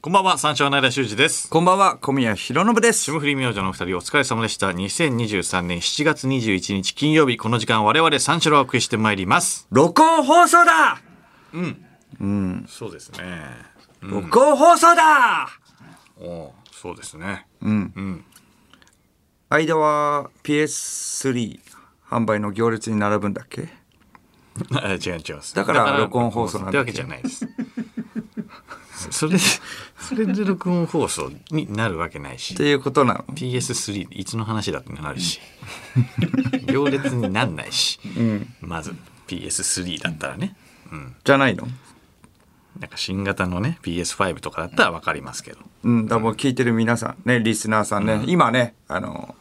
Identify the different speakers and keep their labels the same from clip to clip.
Speaker 1: こんばんは、三照の間修二です。
Speaker 2: こんばんは、小宮弘信です。
Speaker 1: 霜降り明星のお二人お疲れ様でした。2023年7月21日金曜日、この時間我々三照をお送りしてまいります。
Speaker 2: 録音放送だ、
Speaker 1: そうですね。
Speaker 2: 録音放送だ
Speaker 1: おそうですね。
Speaker 2: 間は PS3 販売の行列に並ぶんだっけ
Speaker 1: あ違う違う。
Speaker 2: だから録音放送なん
Speaker 1: って
Speaker 2: だ
Speaker 1: わけじゃないです。そ れで、それで録音放送になるわけないし
Speaker 2: って。いうことなの
Speaker 1: PS3 いつの話だってなるし 行列になんないし、まず PS3 だったらね
Speaker 2: じゃないの
Speaker 1: なんか新型のね PS5 とかだったら分かりますけど
Speaker 2: うん、だからもう聞いてる皆さんね、リスナーさんね、今ね、あの、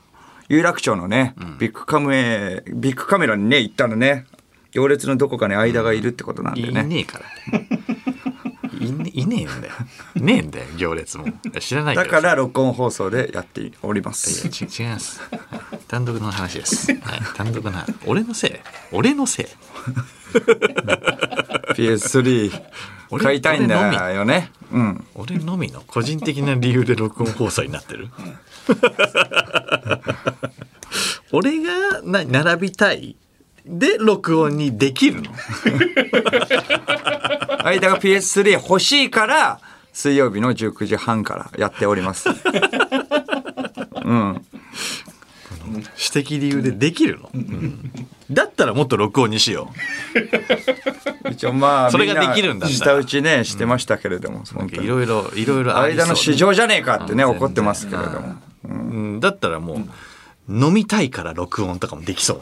Speaker 2: 有楽町のね、ビッグカメ、ビッグカメラにね、行ったのね、行列のどこかに間がいるってことなんだよ
Speaker 1: い
Speaker 2: ね。
Speaker 1: ねえからねいねいねえんだよいねえんだよ行列も知らない
Speaker 2: だ
Speaker 1: けど
Speaker 2: から録音放送でやっております。
Speaker 1: いや違違います単独の話です、はい、単独な俺のせい俺のせい
Speaker 2: PS3
Speaker 1: 俺
Speaker 2: 買いたいんだよね。うん。
Speaker 1: 俺のみの個人的な理由で録音放送になってる俺がな並びたいで録音にできるの
Speaker 2: 間が PS3 欲しいから水曜日の19時半からやっております。
Speaker 1: 私的理由でできるの、だったらもっと録音にしよ
Speaker 2: 一応まあ
Speaker 1: それができるんだったら
Speaker 2: 下打ちねしてましたけれども、本
Speaker 1: う
Speaker 2: 当
Speaker 1: い
Speaker 2: に
Speaker 1: ろいろいろいろありそう
Speaker 2: 間の市場じゃねえかってね
Speaker 1: うん
Speaker 2: 怒ってますけれども。
Speaker 1: うんだったらもう、飲みたいから録音とかもできそう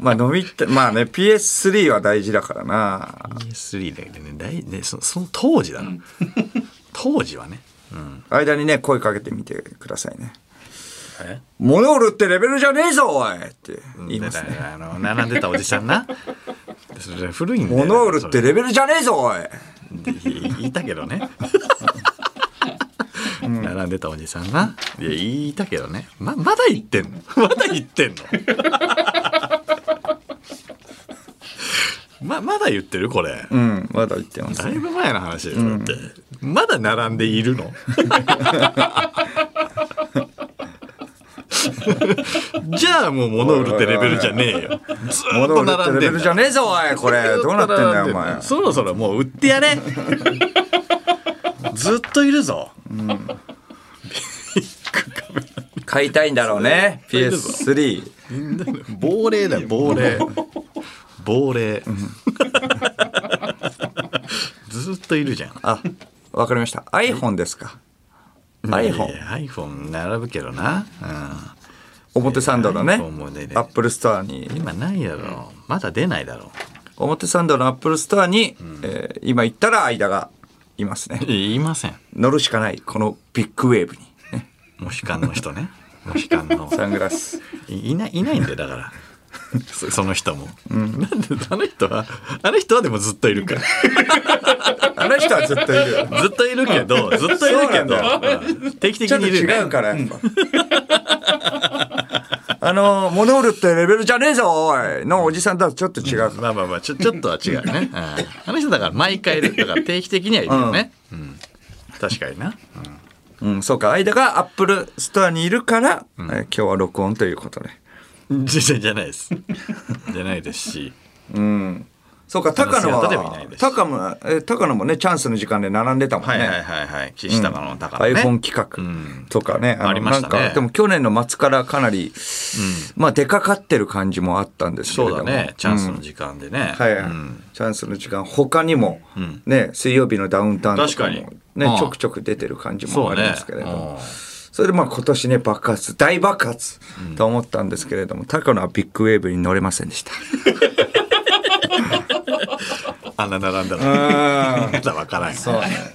Speaker 2: まあ飲みってまあね PS3 は大事だからな。
Speaker 1: PS3 だけどね大ねそその当時だな当時はね
Speaker 2: 間にね声かけてみてくださいね。物売るってレベルじゃねえぞおいって言います
Speaker 1: だ
Speaker 2: ね。
Speaker 1: からあの並んでたおじさんなそれ古いんだよ
Speaker 2: 物売るって
Speaker 1: そ
Speaker 2: レベルじゃねえぞおい。
Speaker 1: れ言いたけどね並んでたおじさんないや言いたけどねままだ言ってんのまだ言 ってんのままだ言ってるこれ
Speaker 2: うんまだ言ってます
Speaker 1: だ。いぶ前の話ですよだって、まだ並んでいるの じゃあもう物売るってレベルじゃねえよずーっ
Speaker 2: 物
Speaker 1: と
Speaker 2: 売るって
Speaker 1: 並んで
Speaker 2: レベ
Speaker 1: ん
Speaker 2: ル
Speaker 1: だ
Speaker 2: じゃねえぞおいこれどうなってんだよお前。
Speaker 1: そろそろもう売ってや れずっといるぞ
Speaker 2: 買いたいんだろうね
Speaker 1: それでぞ
Speaker 2: PS3
Speaker 1: 亡霊だ亡霊亡霊 ずっといるじゃん
Speaker 2: あわかりました iPhone ですか
Speaker 1: い
Speaker 2: iPhone
Speaker 1: や iPhone 並ぶけどな、うん
Speaker 2: 表参道のね
Speaker 1: iPhone もね
Speaker 2: Apple ストアに
Speaker 1: 今ないだろうまだ出ないだろ
Speaker 2: 表参道の Apple ストアに、えー今行ったら間がいますね
Speaker 1: ういいません
Speaker 2: 乗るしかないこのビッグウェーブに、ね、
Speaker 1: モヒカンの人ねモヒカン の
Speaker 2: サングラス
Speaker 1: いいないいないんだよだ からそその人も、なんであの人はあの人はでもずっといるから
Speaker 2: あの人はずっといるよ
Speaker 1: ずっといるけ ど、ずっといるけど
Speaker 2: そうなん、
Speaker 1: うん定期的
Speaker 2: ちょっと
Speaker 1: にいるよね。
Speaker 2: 違うからやっぱあの物売るってレベルじゃねえぞおいのおじさんとはちょっと違うから
Speaker 1: まあまあまあ、ちょ、ちょっとは違うね。うんあの人だから毎回いる。だから定期的にはいるよね。うん確かにな。
Speaker 2: うん、そうか間がアップルストアにいるから、えー今日は録音ということで
Speaker 1: うんじゃ、じゃじゃないです。じゃないですし。
Speaker 2: そうか高野
Speaker 1: 姿でもいない
Speaker 2: は
Speaker 1: です
Speaker 2: 高野もえー高野もねチャンスの時間で並んでたもんね、
Speaker 1: はいはいはいはい。岸高野の高野ね。
Speaker 2: iPhone 企画
Speaker 1: うん
Speaker 2: とかね、の
Speaker 1: ありましたね
Speaker 2: なんかでも去年の末からかなり、まあ出かかってる感じもあったんですけれ
Speaker 1: そ
Speaker 2: ど
Speaker 1: う
Speaker 2: も
Speaker 1: だね。チャンスの時間でね。
Speaker 2: はい、
Speaker 1: うん
Speaker 2: チャンスの時間他にも、ね水曜日のダウンタウンとかも
Speaker 1: 確かに
Speaker 2: ね
Speaker 1: うん
Speaker 2: ちょくちょく出てる感じも
Speaker 1: そ
Speaker 2: あ
Speaker 1: う
Speaker 2: り
Speaker 1: ね
Speaker 2: ますけれ。ども
Speaker 1: うん
Speaker 2: それでまあ今年ね爆発大爆発と思ったんですけれども、高野はビッグウェーブに乗れませんでした。
Speaker 1: あんな並んだら。まだわからん。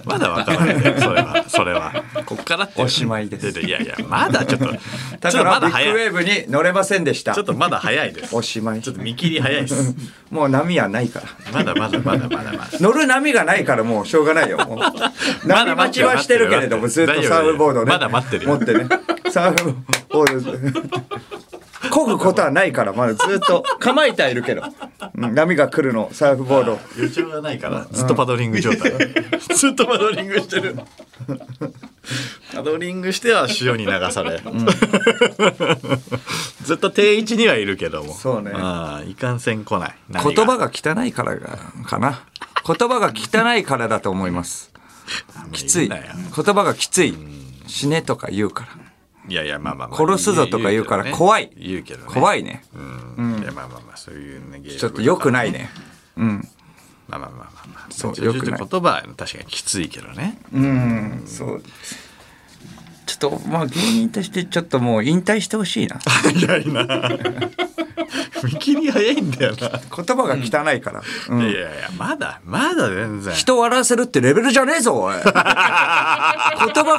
Speaker 1: まだわからんね。それは、それは。こっからってう
Speaker 2: おしまいです
Speaker 1: いやいや、まだちょっと。
Speaker 2: だ
Speaker 1: ちょ
Speaker 2: か
Speaker 1: っと
Speaker 2: ら
Speaker 1: ま
Speaker 2: ビ
Speaker 1: だ
Speaker 2: ッ
Speaker 1: 早
Speaker 2: グ
Speaker 1: い。
Speaker 2: ウェーブに乗れませんでした
Speaker 1: ちょっとまだ早いです。
Speaker 2: おしまい
Speaker 1: ちょっと見切り早いです。
Speaker 2: もう波はないから
Speaker 1: まだまだまだまだまだ。
Speaker 2: 乗る波がないからもうしょうがないよも う
Speaker 1: ま
Speaker 2: 波
Speaker 1: だ
Speaker 2: 待
Speaker 1: 待って
Speaker 2: ち
Speaker 1: よ
Speaker 2: はしてるけれどもず
Speaker 1: 待
Speaker 2: っ
Speaker 1: ってよ
Speaker 2: とサーフボードね
Speaker 1: まだ待ってるよ
Speaker 2: 持ってねサーフボード漕ぐことはないからまだずっと構えてはいるけどうん波が来るのサーフボード
Speaker 1: 余剰がないからずっとパドリング状態、ずっとパドリングしてるパドリングしては潮に流され、ずっと定位置にはいるけども
Speaker 2: そうね
Speaker 1: ああいかんせん来ない何
Speaker 2: 言葉が汚いからがかな言葉が汚いからだと思いますきつい
Speaker 1: 言
Speaker 2: 言
Speaker 1: うなよ
Speaker 2: 葉がきつい死ねとか言うから
Speaker 1: いやいやまあまあ、まあ、
Speaker 2: 殺すぞとか言うから怖い
Speaker 1: 言うけどね
Speaker 2: 怖いね
Speaker 1: うん、いやまあまあまあそういうね
Speaker 2: ちょっと良く
Speaker 1: い
Speaker 2: ないね
Speaker 1: まあまあまあまあまあ
Speaker 2: そう
Speaker 1: ちょっと
Speaker 2: 良くない
Speaker 1: 言葉は確かにきついけどね
Speaker 2: うんそうちょっとまあ芸人としてちょっともう引退してほしいな
Speaker 1: 早いな見切り早いんだよな、
Speaker 2: 言葉が汚いから、うん
Speaker 1: いやいやまだまだ全然
Speaker 2: 人を笑わせるってレベルじゃねえぞおい言葉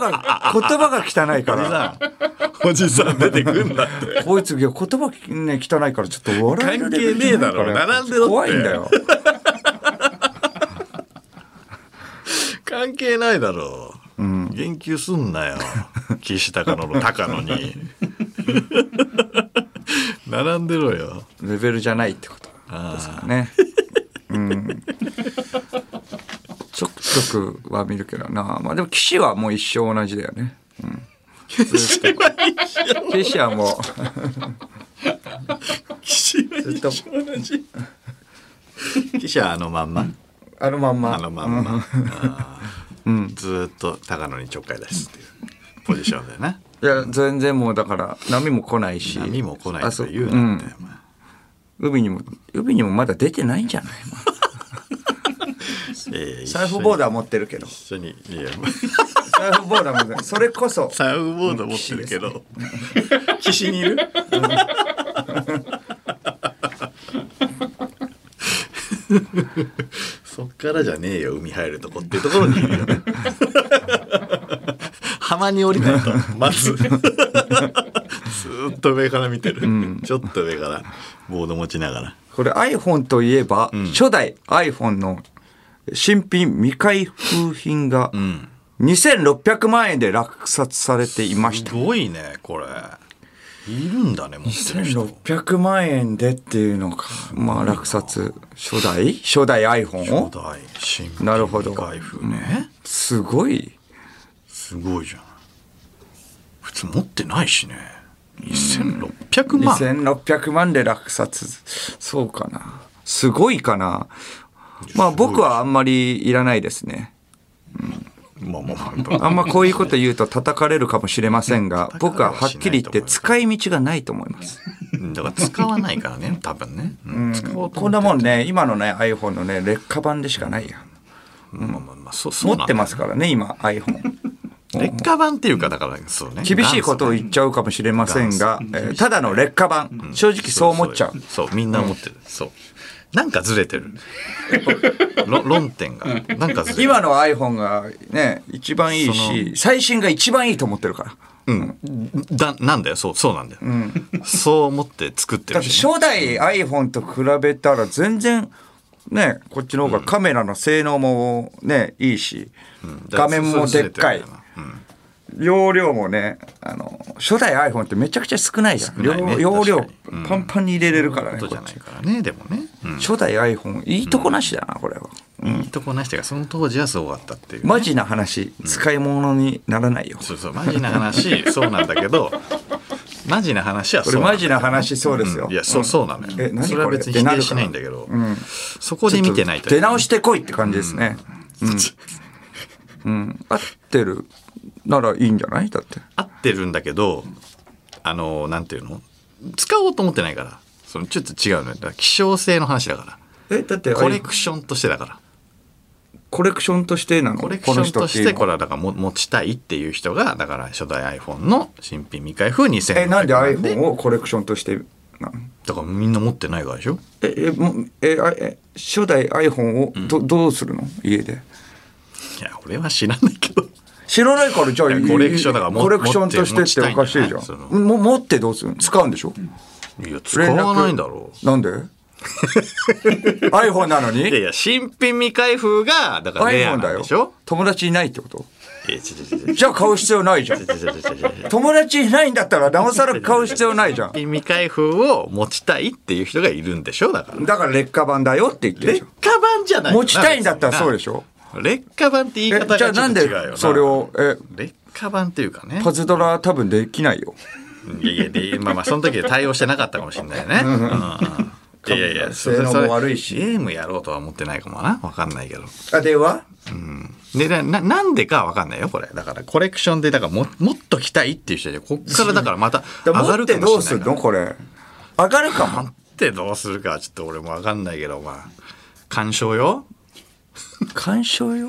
Speaker 2: が言葉が汚い か
Speaker 1: おじ
Speaker 2: ら
Speaker 1: さんおじさん出てくんだ って
Speaker 2: こいついや言葉ね汚いからちょっと笑えるレベルじゃないか
Speaker 1: 関係
Speaker 2: ら
Speaker 1: ねえだろ並んでろって
Speaker 2: 怖いんだよ
Speaker 1: 関係ないだろう、言及すん なよ岸高野の高野に 並んでろよ
Speaker 2: レベルじゃないってことですかね。うん。ちょくちょくは見るけどな。まあでも騎士はもう一生同じだよね。うん。騎士はも
Speaker 1: 岸は
Speaker 2: うずっと
Speaker 1: 岸はあのまんま
Speaker 2: あのまんま。
Speaker 1: あのまんま、うん、ずーっと高野にちょっかい出すっていうポジションだよな
Speaker 2: いや全然もうだから波も来ないし。
Speaker 1: 波も来ない
Speaker 2: あ
Speaker 1: と
Speaker 2: そ
Speaker 1: 言うなって、
Speaker 2: ん
Speaker 1: お前
Speaker 2: 海にも海にもまだ出てないんじゃない。
Speaker 1: ええ
Speaker 2: サーフボー
Speaker 1: ダー
Speaker 2: ダー持ってるけど。
Speaker 1: 一緒にいや
Speaker 2: サーフボーダー持ってる。それこそ。
Speaker 1: サーフボード持ってるけど岸にいる そっからじゃねえよ海入るとこっていうところにいるよね浜に降りないとまずずーっと上から見てる、ちょっと上からボード持ちながら
Speaker 2: これ iPhone といえば、初代 iPhone の新品未開封品が2600万円で落札されていまし
Speaker 1: す
Speaker 2: た。
Speaker 1: ごいねこれいるんだね持ってる人
Speaker 2: 2600万円でっていうのか。まあ落札。初代初代 iPhone
Speaker 1: 古代新品
Speaker 2: なるほど
Speaker 1: 開封ね
Speaker 2: すごい。
Speaker 1: すごいじゃん普通持ってないしね2600万
Speaker 2: 2600万で落札。そうかな。すごいかな。まあ僕はあんまりいらないですね。
Speaker 1: まあまあまあ
Speaker 2: あんまこういうこと言うと叩かれるかもしれません が、僕ははっきり言って使い道がないと思います。
Speaker 1: だから使わないからね多分ね、うん、使おうと
Speaker 2: こんなもんね、今のね、iPhone のね、劣化版でしかないや。
Speaker 1: まあまあまあそうそ
Speaker 2: 持
Speaker 1: うなん
Speaker 2: って
Speaker 1: だ
Speaker 2: ますからね、今、iPhone。
Speaker 1: 劣化版っていうかだからそうね
Speaker 2: 厳しいことを
Speaker 1: 元
Speaker 2: 言っちゃうかもしれませんが、えーただの劣化版。正直
Speaker 1: 祖
Speaker 2: そう思っちゃう。
Speaker 1: そうみんな思ってる、そうなんかずれてるろ論点がなんかずれてる
Speaker 2: 今の iPhone がね、一番いいし、最新が一番いいと思ってるから。
Speaker 1: だなんだよそうそうなんだよ、そう思って作って
Speaker 2: だっ
Speaker 1: る
Speaker 2: て
Speaker 1: しね、
Speaker 2: 初代 iPhone と比べたら全然、ね、こっちの方がカメラの性能もね、いいし、画面もでっかい
Speaker 1: だ。らそれずれてるんだよなうん
Speaker 2: 容量もねあの初代 iPhone ってめちゃくちゃ少ないじゃん、
Speaker 1: ないね
Speaker 2: 容容量
Speaker 1: 確かにうん
Speaker 2: パンパンに入れれるからね、
Speaker 1: ことじ
Speaker 2: こ
Speaker 1: ゃ
Speaker 2: っ
Speaker 1: ない
Speaker 2: ち
Speaker 1: からねでもね、うん
Speaker 2: 初代 iPhone いいとこなしだな、これは、
Speaker 1: いいとこなしてがその当時はそうだったっていう、
Speaker 2: マジな話、使い物にならないよ
Speaker 1: そうそうマジな 話そうなんだけどマジな話はそ
Speaker 2: こ
Speaker 1: う
Speaker 2: れ
Speaker 1: な
Speaker 2: マ
Speaker 1: んだ
Speaker 2: ジな話そうですよ、
Speaker 1: いやそうそうなのよ、
Speaker 2: え何これ
Speaker 1: それは別に否定しないんだけど、そこで見てないという
Speaker 2: 出直してこいって感じですね、うん合ってるならいいんじゃないだって
Speaker 1: 合ってるんだけどあのなんていうの使おうと思ってないからそのちょっと違うのよだから希少性の話だか
Speaker 2: えだって
Speaker 1: ら
Speaker 2: コ
Speaker 1: コ
Speaker 2: レ
Speaker 1: レクションとしてだから
Speaker 2: コレクションとしてなの
Speaker 1: コレクションとし
Speaker 2: この人って
Speaker 1: て
Speaker 2: いうのは
Speaker 1: これはだからも持ちたいっていう人がだから初代 iPhone の新品未開封2000
Speaker 2: えなんで iPhone をコレクションとしてなの
Speaker 1: だからみんな持ってないからでしょ
Speaker 2: ええもうえあえ初代 iPhone をど,、どうするの家で
Speaker 1: いや俺は知らないけど
Speaker 2: 知らないからじゃあ
Speaker 1: いやコレクションだからも
Speaker 2: コレクションとして
Speaker 1: 持ちた
Speaker 2: っ
Speaker 1: い
Speaker 2: て
Speaker 1: ん
Speaker 2: お
Speaker 1: じゃ
Speaker 2: か
Speaker 1: ない
Speaker 2: しいじゃ
Speaker 1: その
Speaker 2: んも持ってどうするの使うんでしょ
Speaker 1: いや使わないだろう
Speaker 2: なんで iPhone なの
Speaker 1: いやい
Speaker 2: に
Speaker 1: や、新品未開封が、だからレア
Speaker 2: iPhone だ
Speaker 1: なん
Speaker 2: よ
Speaker 1: でしょ
Speaker 2: 友達いないってこと
Speaker 1: いや、ちょちょちょちょ
Speaker 2: じゃあ買う必要ないじゃん
Speaker 1: ちょちょちょちょちょ
Speaker 2: 友達いないんだったらなおさら買う必要ないじゃん
Speaker 1: 新品未開封を持ちたいっていう人がいるんでしょだから。
Speaker 2: だから劣化版だよって言ってるじ
Speaker 1: 劣化版じゃな
Speaker 2: ゃ
Speaker 1: い
Speaker 2: ん
Speaker 1: よな
Speaker 2: 持ちたいんだったらそうでしょ
Speaker 1: 劣化版って言い
Speaker 2: え
Speaker 1: 方が
Speaker 2: じ
Speaker 1: ち
Speaker 2: ゃ
Speaker 1: ょ
Speaker 2: あ
Speaker 1: っと
Speaker 2: なん
Speaker 1: 違うよ
Speaker 2: で
Speaker 1: な。
Speaker 2: それ。をえ
Speaker 1: 劣化版っていうかね。
Speaker 2: パズドラ多分できないよ
Speaker 1: いやいやで、まあまあ、その時で対応してなかったかもしれないよね。うんいやいや、それ
Speaker 2: 性能
Speaker 1: それ
Speaker 2: も悪いし
Speaker 1: ゲームやろうとは思ってないかもな。わかんないけど。
Speaker 2: あ電話
Speaker 1: で、な、ななんでかわかんないよ、これ。だから、コレクションで、だからも、もっと着たいっていう人で、こっからだからまた上が
Speaker 2: 持っ
Speaker 1: る
Speaker 2: て
Speaker 1: かも
Speaker 2: どう
Speaker 1: し
Speaker 2: す
Speaker 1: れ
Speaker 2: ん
Speaker 1: ないから。
Speaker 2: のこれ上がるか
Speaker 1: 持
Speaker 2: も
Speaker 1: ってどうするか、ちょっと俺もわかんないけど、まあ、鑑賞よ。
Speaker 2: 鑑賞用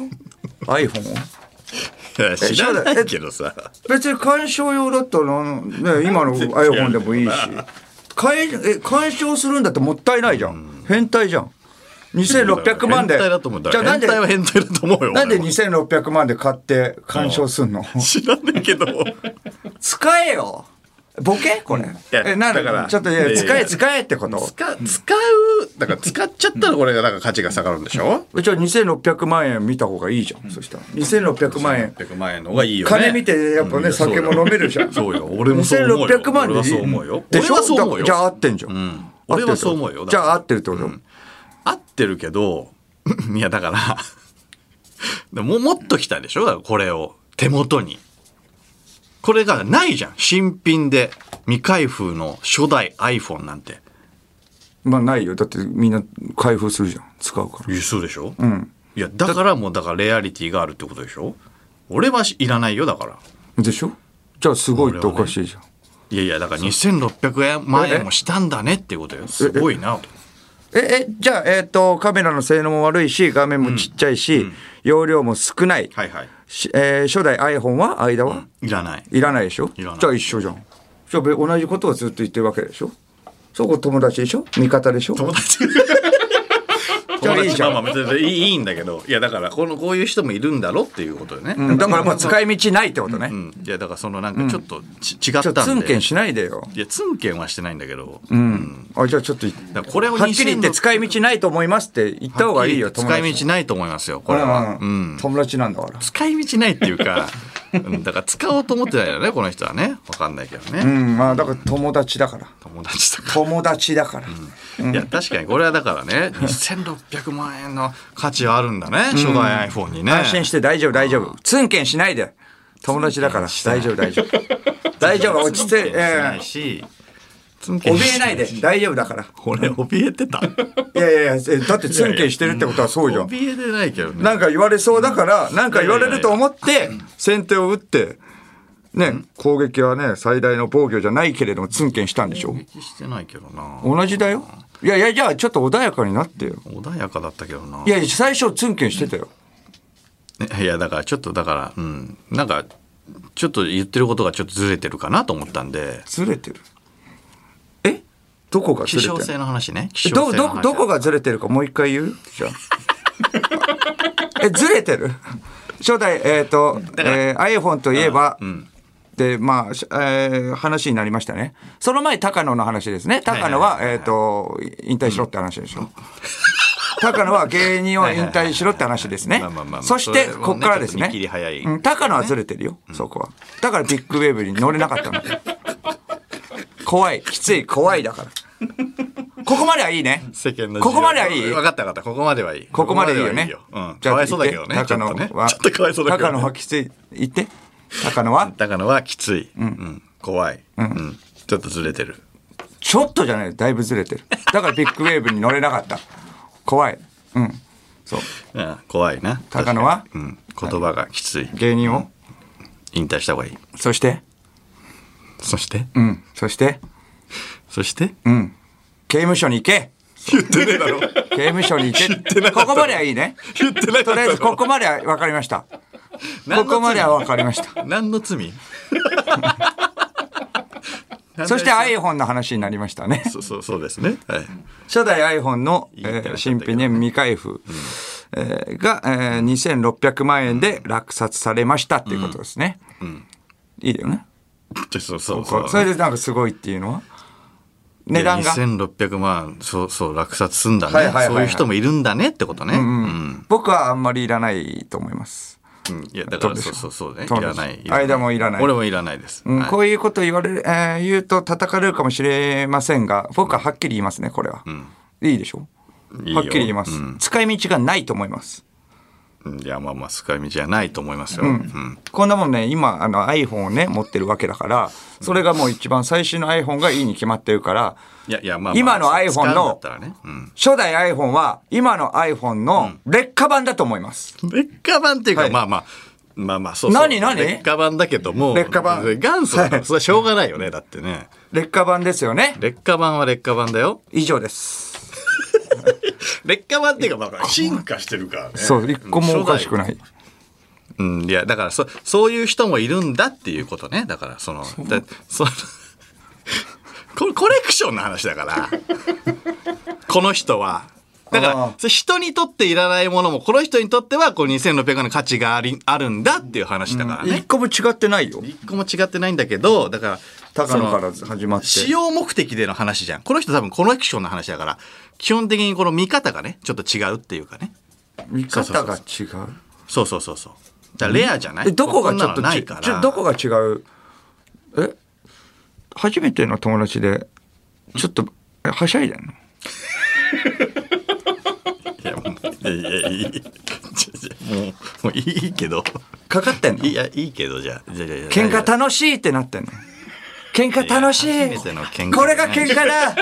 Speaker 2: ?iPhone を
Speaker 1: いや知らないけどさ。
Speaker 2: 別に鑑賞用だったら、 ね、今の iPhone でもいいし買ええ鑑賞するんだってもったいないじゃん変態じゃん2600万で
Speaker 1: 変態だと思うんだ
Speaker 2: じゃあな
Speaker 1: 変
Speaker 2: んで
Speaker 1: 態は変態だと思うよ。
Speaker 2: なんで
Speaker 1: 俺は
Speaker 2: 2600万で買って鑑賞すんの
Speaker 1: 知らないけど。
Speaker 2: 使えよボケこれ
Speaker 1: や
Speaker 2: えなんだ
Speaker 1: だから
Speaker 2: ちょっといや
Speaker 1: いやいや
Speaker 2: 使え使えってこと
Speaker 1: 使使う、だから使っちゃったらこれがなんか価値が下がるんでしょ
Speaker 2: じゃあ2600万円見た方がいいじゃんそしたら2600万円
Speaker 1: ?600 万円の方がいいよね。
Speaker 2: 金見てやっぱね酒も飲めるじゃん
Speaker 1: そうよ、俺もそう思うよ。
Speaker 2: 2600万
Speaker 1: 俺はい
Speaker 2: でい
Speaker 1: そう思うよ。
Speaker 2: でし
Speaker 1: 俺
Speaker 2: ょ
Speaker 1: はそう思うよ。
Speaker 2: じゃあ合ってんじゃん、
Speaker 1: 俺はそう思うよ
Speaker 2: 合ってるってことじゃあ合
Speaker 1: 合っ
Speaker 2: ってるってこと、
Speaker 1: てるけど、 いや、だから、 でももっと来たでしょだからこれを、手元に。これがないじゃん。新品で、未開封の初代 iPhone なんて。
Speaker 2: まあないよだってみんな開封するじゃん使うから
Speaker 1: 輸送でしょうん。いや、だからもう、だからレアリティがあるってことでしょ俺はいらないよ、だから。
Speaker 2: でしょじゃあすごいっておかしいじゃん、
Speaker 1: いやいや、だから2600円万円もしたんだねっていうことよ。すごいなと。
Speaker 2: ええじゃあえっ、とカメラの性能も悪いし画面もちっちゃいし、容量も少ない、
Speaker 1: はいはい。
Speaker 2: しえー初代 iPhone は間は、
Speaker 1: いらない。
Speaker 2: いらないでしょ
Speaker 1: いらない
Speaker 2: じゃあ一緒じゃんじゃあべ同じことをずっと言ってるわけでしょそこ友達でしょ味方でしょ
Speaker 1: 友達
Speaker 2: じゃあいいじゃん
Speaker 1: まあまあ別にいいいいんだけどいやだからこのこういう人もいるんだろっていうことよね、う
Speaker 2: うんだからもう使い道ないってことね、
Speaker 1: んいやだからそのなんかちょっとち、違っ
Speaker 2: ち
Speaker 1: た
Speaker 2: ょ
Speaker 1: んで
Speaker 2: っとツンケンしないでよ
Speaker 1: いやツンケンはしてないんだけど、
Speaker 2: うんあじゃあちょっと
Speaker 1: だからこれを
Speaker 2: はっきり言って
Speaker 1: 2600
Speaker 2: 使い道ないと思いますって言った方がいいよ
Speaker 1: はっきり言って使い
Speaker 2: 友達
Speaker 1: 道ないと思いますよこれは、
Speaker 2: う
Speaker 1: うんん
Speaker 2: うん友達なんだから
Speaker 1: 使い道ないっていうかうんだから使おうと思ってないよねこの人はね分かんないけどね、
Speaker 2: うんまあだから友達だから
Speaker 1: 友達とか
Speaker 2: 友達だから、
Speaker 1: いや確かにこれはだからね2600万円の価値はあるんだね、初代 iPhone にね
Speaker 2: 安心して大丈夫大丈夫ツンケンしないで友達だから大丈夫大丈夫大丈夫落ち着いて、
Speaker 1: しな
Speaker 2: え
Speaker 1: いし、怯
Speaker 2: え怯えないで大丈夫だから
Speaker 1: 俺怯えてた
Speaker 2: いやいやいやえだってツンケンしてるってことはそうじゃん
Speaker 1: 怯えてないけどね
Speaker 2: なんか言われそうだからなんか言われると思って先手を打ってね攻撃はね最大の防御じゃないけれどもツンケンしたんでしょ
Speaker 1: 怯えしてないけどな
Speaker 2: 同じだよいやいやじゃあちょっと穏やかになってよ
Speaker 1: 穏やかだったけどない
Speaker 2: やいや最初ツンケンしてたよ
Speaker 1: ねいやだからちょっとだからうんなんかちょっと言ってることがちょっとずれてるかなと思ったんで
Speaker 2: ずれてるえどこが
Speaker 1: 希
Speaker 2: ずれて
Speaker 1: 少
Speaker 2: る
Speaker 1: 性の話ね希
Speaker 2: ど
Speaker 1: 少性の
Speaker 2: ど
Speaker 1: 話
Speaker 2: どこがずれてるかもう一回言うじゃあえずれてる初代えっ、と、えー iPhone といえば、でまあ、しえー話になりましたねその前高野の話ですね高野は,、えっ、と引退しろって話でしょ、高野は芸人を引退しろって話ですね
Speaker 1: まあまあまあまあ
Speaker 2: そして
Speaker 1: それはね
Speaker 2: ここからです
Speaker 1: ちょっと
Speaker 2: ね
Speaker 1: 見切り早い
Speaker 2: うん高野はずれてるよ、そこはだからビッグウェーブに乗れなかったの怖いきつい怖いだからここまではいいね
Speaker 1: 世間の
Speaker 2: ここまではいい
Speaker 1: 分かった分かったここまではいい
Speaker 2: ここまでいいよね。
Speaker 1: ここまではいいようんかわいそうだけどね
Speaker 2: じゃあ
Speaker 1: ちょっとねちょっとかわいそうだけ
Speaker 2: 高
Speaker 1: ど
Speaker 2: 野
Speaker 1: ね
Speaker 2: はきつい。言って。高野は
Speaker 1: 高野はきついうん怖いうんちょっとずれてる
Speaker 2: ちょっとじゃないだいぶずれてる。だからビッグウェーブに乗れなかった。怖い。うん。そう。
Speaker 1: うん怖いな
Speaker 2: 高野は
Speaker 1: 確かにうん言葉がきつい
Speaker 2: 芸人を。
Speaker 1: 引退した方がいい
Speaker 2: そして
Speaker 1: そして
Speaker 2: うん。そして
Speaker 1: そして
Speaker 2: 刑務所に行け
Speaker 1: 言ってねえだろ
Speaker 2: 刑務所に行 けここまではいいね。
Speaker 1: 言ってなかった
Speaker 2: とりあえずここまでは分かりました。ここまでは分かりました。
Speaker 1: 何の罪
Speaker 2: そして iPhone の話になりましたね。
Speaker 1: そうそうそうですね、はい、
Speaker 2: 初代 iPhone の、
Speaker 1: い
Speaker 2: え
Speaker 1: ってら
Speaker 2: ー
Speaker 1: っしゃっ
Speaker 2: 新
Speaker 1: たけど
Speaker 2: 品ね未開封、えーが、えー2600万円で落札されましたっていうことですね。いいだよね。
Speaker 1: そうそう
Speaker 2: こ
Speaker 1: そうう
Speaker 2: それでなんかすごいっていうのは値段が。
Speaker 1: 2600万そうそう落札すんだね、
Speaker 2: はいはいはいはい
Speaker 1: そういう人もいるんだねってことね、うん
Speaker 2: 僕はあんまりいらないと思います。
Speaker 1: うんいやだからそうそうそうねいらないいらない
Speaker 2: 間もいらない
Speaker 1: 俺もいらないです、
Speaker 2: うん
Speaker 1: はい
Speaker 2: こういうこと言われる、えー言うと叩かれるかもしれませんが、僕ははっきり言いますね、これは。いいでしょ
Speaker 1: いいよ
Speaker 2: はっきり言います、
Speaker 1: うん
Speaker 2: 使い道がないと思います。
Speaker 1: うんいやまあまあ使い道じゃないと思いますよ、うん
Speaker 2: こんなもんね、今あの iPhone をね、持ってるわけだから、それがもう一番最新の iPhone がいいに決まってるから、
Speaker 1: いやいやまあ、まあ、
Speaker 2: 今の iPhone の
Speaker 1: 使うんだったらね、うん、
Speaker 2: 初代 iPhone は今の iPhone の劣化版だと思います。
Speaker 1: 劣化版っていうか、
Speaker 2: はい
Speaker 1: まあまあまあまあそうそう
Speaker 2: 何何
Speaker 1: 劣化版だけども
Speaker 2: 劣化版
Speaker 1: 元祖だからそれはしょうがないよねだってね
Speaker 2: 劣化版ですよね。
Speaker 1: 劣化版は劣化版だよ
Speaker 2: 以上です。
Speaker 1: 劣化版っていうかまあ進化してるからね
Speaker 2: そう、一個もおかしく
Speaker 1: い
Speaker 2: ない。
Speaker 1: うん、いや、だから、そ、そういう人もいるんだっていうことね。だから、その、だそのコ、コレクションの話だから。この人は。だか
Speaker 2: あー
Speaker 1: ら、それ人にとっていらないものも、この人にとっては、こう2600円の価値があり、あるんだっていう話だから
Speaker 2: 一
Speaker 1: ね。
Speaker 2: 個も違ってないよ。
Speaker 1: 一個も違ってないんだけど、だから、
Speaker 2: 高野から
Speaker 1: その
Speaker 2: 始まって。
Speaker 1: 使用目的での話じゃん。この人多分コレクションの話だから、基本的にこの見方がね、ちょっと違うっていうかね。
Speaker 2: 見
Speaker 1: そうそ
Speaker 2: 方
Speaker 1: うそ
Speaker 2: が
Speaker 1: う
Speaker 2: 違う。
Speaker 1: そうそうそうそう。だからレアじゃない、
Speaker 2: え、どこが
Speaker 1: ん
Speaker 2: ち
Speaker 1: な
Speaker 2: ょ
Speaker 1: の
Speaker 2: っと
Speaker 1: な
Speaker 2: ち
Speaker 1: いから
Speaker 2: ちょどこが違うえ初めての友達で、ちょっと、えはしゃいでんの
Speaker 1: いや、もう、いやいや、いい。ちょちょもう、もういいけど。
Speaker 2: かかってんの
Speaker 1: いや、いいけど、じゃあ、じゃあじゃあ
Speaker 2: 喧嘩楽しいってなってんの喧嘩楽しい
Speaker 1: いや初めての喧嘩
Speaker 2: これが喧嘩 だ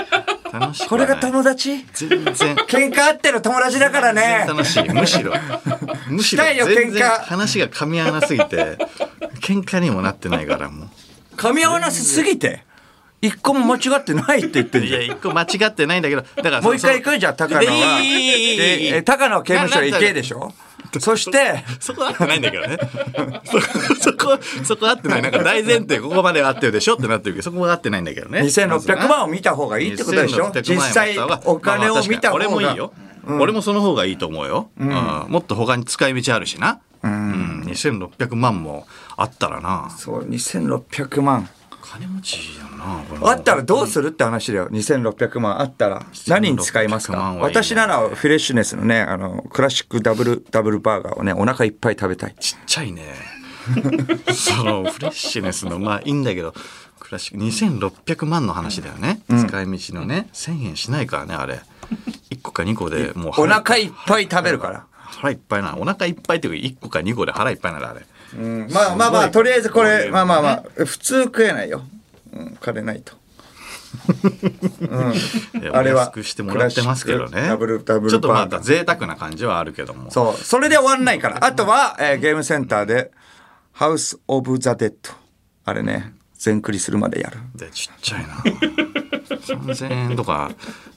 Speaker 1: 楽しく
Speaker 2: こ
Speaker 1: はな
Speaker 2: れ
Speaker 1: い
Speaker 2: が友達
Speaker 1: 全然。
Speaker 2: 喧嘩あっての友達だからね
Speaker 1: 全然楽しい。むしろ。むしろ、
Speaker 2: したいよ
Speaker 1: 全然
Speaker 2: 喧嘩
Speaker 1: 話が噛み合わなすぎて、喧嘩にもなってないから、も
Speaker 2: 噛み合わなすすぎて一個も間違ってないって言って
Speaker 1: う。
Speaker 2: ん
Speaker 1: い
Speaker 2: じゃ
Speaker 1: や、
Speaker 2: ん
Speaker 1: 一個間違ってないんだけど、だからその、
Speaker 2: もう一回行くんじゃん高野は
Speaker 1: でいいいいいいいい
Speaker 2: でえ高野は刑務所へ行けで しょそして
Speaker 1: そ こは合ってないんだけどね。そそこ、そこ合ってない。なんか大前提、ここまでは合ってるでしょってなってるけど、そこは合ってないんだけどね。
Speaker 2: 2600万を見た方がいいってことでしょ
Speaker 1: 2600
Speaker 2: 実際
Speaker 1: 万円は
Speaker 2: お金を見た方
Speaker 1: まあまあ確かに俺もいい
Speaker 2: が
Speaker 1: よ、俺もその方がいいと思うよ、うんもっと他に使い道あるしな、うん2600万もあったらな
Speaker 2: そう2600万
Speaker 1: 金持ちやなこの
Speaker 2: あったらどうするって話だよ。2600万あったら。何に使います
Speaker 1: 2600
Speaker 2: か
Speaker 1: 万はいいね
Speaker 2: 私ならフレッシュネスのね、あの、クラシックダブル、ダブルバーガーをね、お腹いっぱい食べたい。
Speaker 1: ちっちゃいねそのフレッシュネスのまあいいんだけどクラシック2600万の話だよね、使い道のね1000円しないからねあれ1個か2個でもう
Speaker 2: お
Speaker 1: 腹
Speaker 2: 腹いっぱい食べるから。
Speaker 1: 腹いっぱいなお腹いっぱいっていうか1個か2個で腹いっぱいならあれ
Speaker 2: うんまあまあまあ、とりあえずこれ、まあまあまあ、普通食えないよ。うん、金ないと。
Speaker 1: いや
Speaker 2: あれは
Speaker 1: 安くしてもらってますけど
Speaker 2: クラ
Speaker 1: ね
Speaker 2: シックダブルダブルバーガー
Speaker 1: ちょっとまた贅沢な感じはあるけども
Speaker 2: そう。それで終わんないから。あとは、えーゲームセンターで、ハウス・オブ・ザ・デッド。あれね、全クリするまでやる。
Speaker 1: でちっちゃいな3000円とか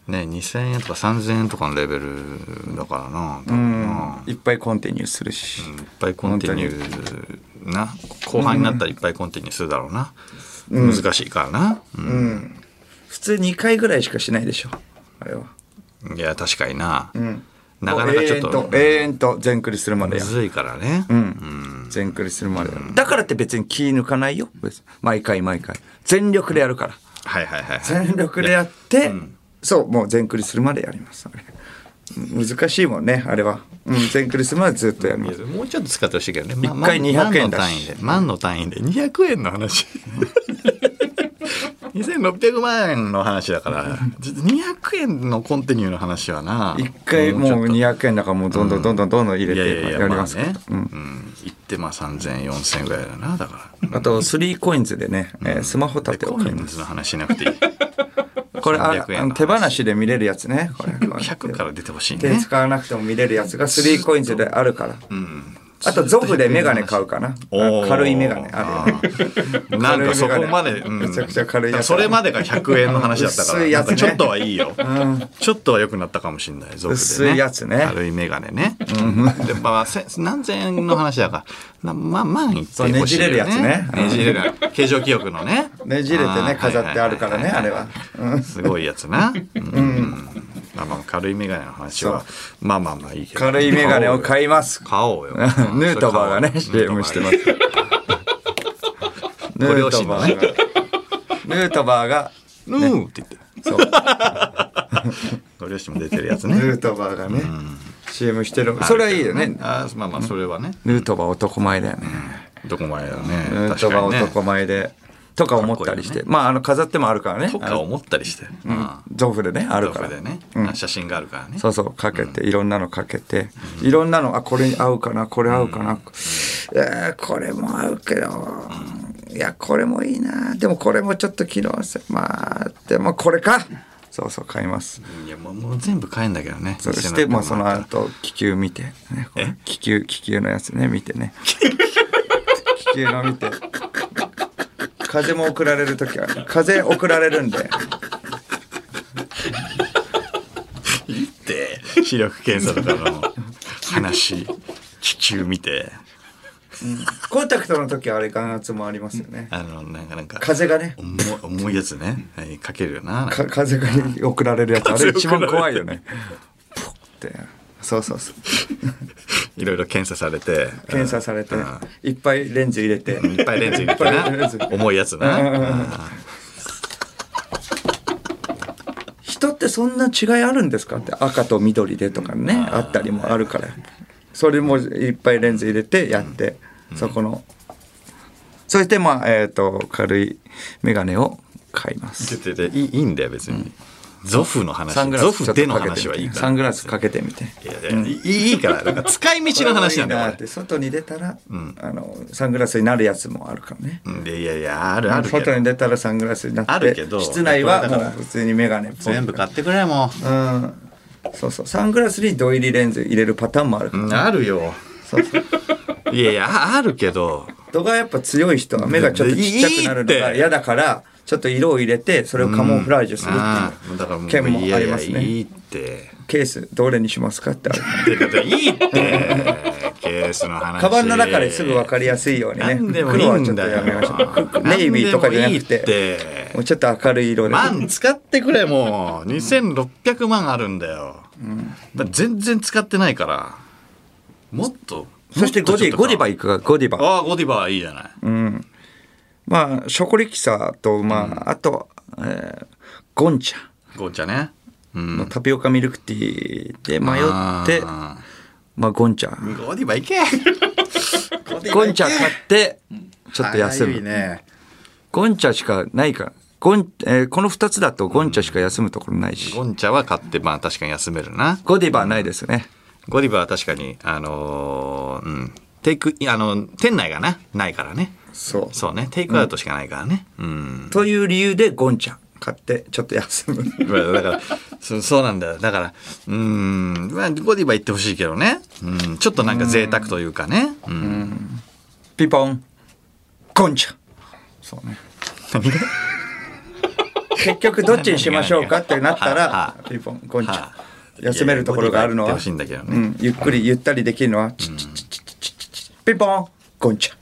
Speaker 1: ね2000円とか3000円とかのレベルだからな多分ない
Speaker 2: っぱいコンティニューするし。
Speaker 1: いっぱいコンティニューな後半になったらいっぱいコンティニューするだろうな、難しいからな、
Speaker 2: 普通2回ぐらいしかしないでしょ。あれは。
Speaker 1: うんいや確かにな、なかなかちょっ
Speaker 2: も
Speaker 1: と
Speaker 2: う永遠と永遠と全クリするまで
Speaker 1: む
Speaker 2: や
Speaker 1: ずいからね、
Speaker 2: 全クリするまでやだからって別に気抜かないよ別に毎回毎回全力でやるから
Speaker 1: はいはいはいはい
Speaker 2: 全力でやって、そうもう全クリするまでやりますあれうん難しいもんねあれは、うん、全クリするまでずっとやりま
Speaker 1: い
Speaker 2: す
Speaker 1: やもうちょっと使ってほしいけどね。ま
Speaker 2: 一回
Speaker 1: 万
Speaker 2: 200円
Speaker 1: 万の
Speaker 2: だ
Speaker 1: 単
Speaker 2: し
Speaker 1: 位で。万の単位で200円の 話。2600万円の話だから、ちょっと200円のコンティニューの話はな。
Speaker 2: 一回もう200円だからもうどんどんどんどんどんどん入れ
Speaker 1: いやい
Speaker 2: て
Speaker 1: やい
Speaker 2: や
Speaker 1: や、
Speaker 2: り
Speaker 1: まあ
Speaker 2: ますから
Speaker 1: ね。うん。行ってまあ3000、4000ぐらいだな、だから。
Speaker 2: あと 3COINS でね、えースマホ立てを
Speaker 1: コイ
Speaker 2: 買いま
Speaker 1: ン
Speaker 2: す
Speaker 1: ズの話しなく ていい。
Speaker 2: これあ
Speaker 1: 300円
Speaker 2: あの手放しで見れるやつねこれ
Speaker 1: 100から出てほしい
Speaker 2: 手
Speaker 1: ね。
Speaker 2: 使わなくても見れるやつが 3COINS であるから、あとゾフでメガネ買うかな
Speaker 1: おー
Speaker 2: 軽いメガネあ るよ
Speaker 1: あーなんかそこまで、うん
Speaker 2: めちゃくちゃ軽いやつ
Speaker 1: それまでが100円の話だったから、
Speaker 2: 薄いやつ
Speaker 1: なんか
Speaker 2: ね
Speaker 1: ちょっとはいいよ、ちょっとは良くなったかもしれないゾフでね
Speaker 2: 薄いやつね
Speaker 1: 軽いメガネね、でまあせ何千円の話だからなまあ万いってほしいよ、ね、
Speaker 2: そうねじれるやつね
Speaker 1: ねじれる形状記憶のね
Speaker 2: ねじれてね飾ってあるからね
Speaker 1: はい
Speaker 2: あ
Speaker 1: はい
Speaker 2: れ
Speaker 1: いい
Speaker 2: は、
Speaker 1: すごいやつなうん、まあまあ軽いメガネの話はまあまあまあいいけど
Speaker 2: 軽いメガネを買います
Speaker 1: 買おうよ
Speaker 2: ヌートバーがね CM してますヌートバーがヌートバーが
Speaker 1: ヌーって言って。
Speaker 2: そう
Speaker 1: ご両親も出てるやつ
Speaker 2: ヌ
Speaker 1: ね。
Speaker 2: ートバーがね CM してる それはいいよね
Speaker 1: あーまあまあ、それはね。
Speaker 2: ヌートバー男前だよね
Speaker 1: どこ前だね。
Speaker 2: ヌート
Speaker 1: 確
Speaker 2: バ
Speaker 1: かに
Speaker 2: ー
Speaker 1: ね。
Speaker 2: 男前でとか思ったりして
Speaker 1: かっ
Speaker 2: まああの飾ってもあるからね
Speaker 1: とか思ったりして。うん。
Speaker 2: ゾフでねある
Speaker 1: ど
Speaker 2: か
Speaker 1: こ
Speaker 2: ら
Speaker 1: でね。写真があるからね。
Speaker 2: そうそうかけていろんなのかけていろんなのあこれに合うかなこれ合うかなえーこれも合うけどいやこれもいいなでもこれもちょっと機能性まあでもこれかそうそう買います
Speaker 1: いや、もうもう全部買えんだけどね。
Speaker 2: そしてまあその
Speaker 1: あ
Speaker 2: 後気球見て、ね、これ気球気球のやつね見て ね気球の見て風も送られる時は風送られるんで
Speaker 1: って、 視力検査とかの話、 気球見て、
Speaker 2: コンタクトの時はあれ眼圧もありますよね
Speaker 1: あの、なんか、なんか、
Speaker 2: 風がね
Speaker 1: 重い重いやつね。はいかけるよな。なんか
Speaker 2: か風が送られるやつ あ
Speaker 1: 風
Speaker 2: れ
Speaker 1: 送
Speaker 2: 一
Speaker 1: られる
Speaker 2: 番怖いよねポッてそうそうそう
Speaker 1: いろいろ検査されて。
Speaker 2: 検査されて
Speaker 1: うん
Speaker 2: いっぱいレンズ入れて
Speaker 1: いっぱいレンズ入れて
Speaker 2: いっぱいレンズ
Speaker 1: な。重いやつな。
Speaker 2: 人ってそんな違いあるんですかって赤と緑でとかねあったりもあるからそれもいっぱいレンズ入れてやって、そこのそしてまあえっ、と軽い眼鏡を買います
Speaker 1: でででいいいいんだよ、別に。ゾフの話。
Speaker 2: サングラ
Speaker 1: ゾ
Speaker 2: スちょ
Speaker 1: フ
Speaker 2: っと
Speaker 1: での
Speaker 2: かけて
Speaker 1: 話はいい
Speaker 2: みて
Speaker 1: か
Speaker 2: サ
Speaker 1: ら。
Speaker 2: ングラスかけてみて
Speaker 1: いやいやいいいいから、なんか使い道の話なんだよ、
Speaker 2: っ
Speaker 1: こ
Speaker 2: て外に出たら、あのサングラスになるやつもあるからね
Speaker 1: れうんでいやいや、あるあるけど
Speaker 2: 外に出たらサングラスになって
Speaker 1: あるけど
Speaker 2: 室内はもう普通に眼鏡っぽい
Speaker 1: 全部買ってくれも
Speaker 2: うんそうそうサングラスに土入りレンズ入れるパターンもあるから、
Speaker 1: う。あるよ。
Speaker 2: そうそう
Speaker 1: いやいや、ああるけど。
Speaker 2: 人がやっぱ強い人は目がちょっとちっちゃくなるのが嫌だからちょっと色を入れてそれをカモフラージュする
Speaker 1: あ
Speaker 2: って
Speaker 1: あ、だからも
Speaker 2: いう
Speaker 1: う、
Speaker 2: 件も
Speaker 1: いや
Speaker 2: あ
Speaker 1: い
Speaker 2: りま
Speaker 1: や、
Speaker 2: すね
Speaker 1: いいって。
Speaker 2: ケースどれにしますかってある
Speaker 1: でででいいって。ケースの話。
Speaker 2: カバンの中ですぐ分かりやすいようにね
Speaker 1: なんでもい
Speaker 2: 黒はいちょ
Speaker 1: ん
Speaker 2: っと
Speaker 1: だ
Speaker 2: や
Speaker 1: よ
Speaker 2: めまし ょう。ネイビーとかじゃなく
Speaker 1: なんでもい
Speaker 2: て
Speaker 1: いって
Speaker 2: もうちょっと明るい色で
Speaker 1: 万使ってくれもう2600万あるんだよ、だから全然使ってないからもっと
Speaker 2: そしてゴディゴディバ
Speaker 1: いい
Speaker 2: 行くかゴディバ
Speaker 1: ああゴディバはいいじゃない、
Speaker 2: まあショコリキサーとまああとえーゴンチャ
Speaker 1: ゴンチャねうん
Speaker 2: のタピオカミルクティーで迷って
Speaker 1: あ
Speaker 2: まあゴンチャ
Speaker 1: ーゴディバ 行け
Speaker 2: ゴンチャ買ってちょっと休む
Speaker 1: 早いね
Speaker 2: ゴンチャしかないから。ゴン、えーこの二つだとゴンチャしか休むところないし。
Speaker 1: ゴンチャは買ってまあ確かに休めるな
Speaker 2: ゴディバないですね。
Speaker 1: ゴディバは確かにあのーうんテイクあの店内がなないからね
Speaker 2: そ
Speaker 1: そうねテイクアウトしかないからねうん
Speaker 2: う。という理由でゴンチャ買ってちょっと休む。
Speaker 1: まあだからそ、そうなんだよ。だから、うーん、まあ、ゴディバ行ってほしいけどね。うん、ちょっとなんか贅沢というかね。うん。
Speaker 2: ピポン。ゴンチャ。そうね。結局どっちにしましょうかってなったら、ピポン、ゴンチャ
Speaker 1: は。
Speaker 2: 休めるところがあるの
Speaker 1: いや
Speaker 2: は、
Speaker 1: ゴディバ行ってほしいんだけど
Speaker 2: う
Speaker 1: ね。
Speaker 2: ん、ゆっくりゆったりできるのは、チッチッチッチッチッチッチッピポン、ゴンチャ。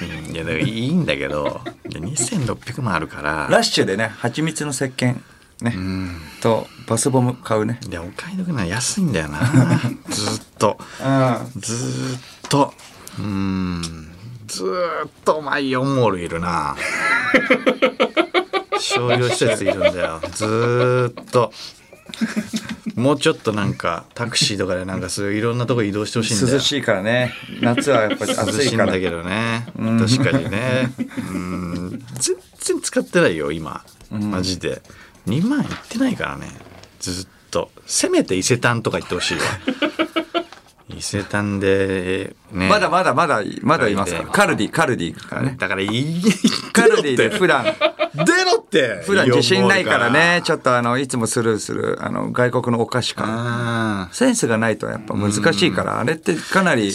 Speaker 1: うんいや、だからいいんだけど、で2600万あるから、
Speaker 2: ラッシュでね、蜂蜜の石鹸ね、とバスボム買うね。
Speaker 1: いや、お買い得なの安いんだ よな。ずっと、
Speaker 2: うん。
Speaker 1: ずーっと、うーん、ずーっとお前4モールいるな。商業施設いるんだよずーっともうちょっとなんかタクシーとかでなんかそういういろんなとこ移動してほしいんだよ
Speaker 2: 涼しいからね夏はやっぱり
Speaker 1: 涼
Speaker 2: 暑
Speaker 1: し
Speaker 2: い
Speaker 1: いん
Speaker 2: から
Speaker 1: だけどね確かにねうん全然使ってないよ今マジで2万いってないからねずっとせめて伊勢丹とか行ってほしいわ伊勢丹でね
Speaker 2: まだまだまだまだいますからカルディカルディ行くからね
Speaker 1: だからいい
Speaker 2: カルディで
Speaker 1: 出
Speaker 2: 普段
Speaker 1: ろって
Speaker 2: 普段自信ないからね
Speaker 1: イ
Speaker 2: ちょっとあのいつもスルーするあの外国のお菓子
Speaker 1: オンモール
Speaker 2: か
Speaker 1: が
Speaker 2: センスがないとやっぱ難しいからあれってかなり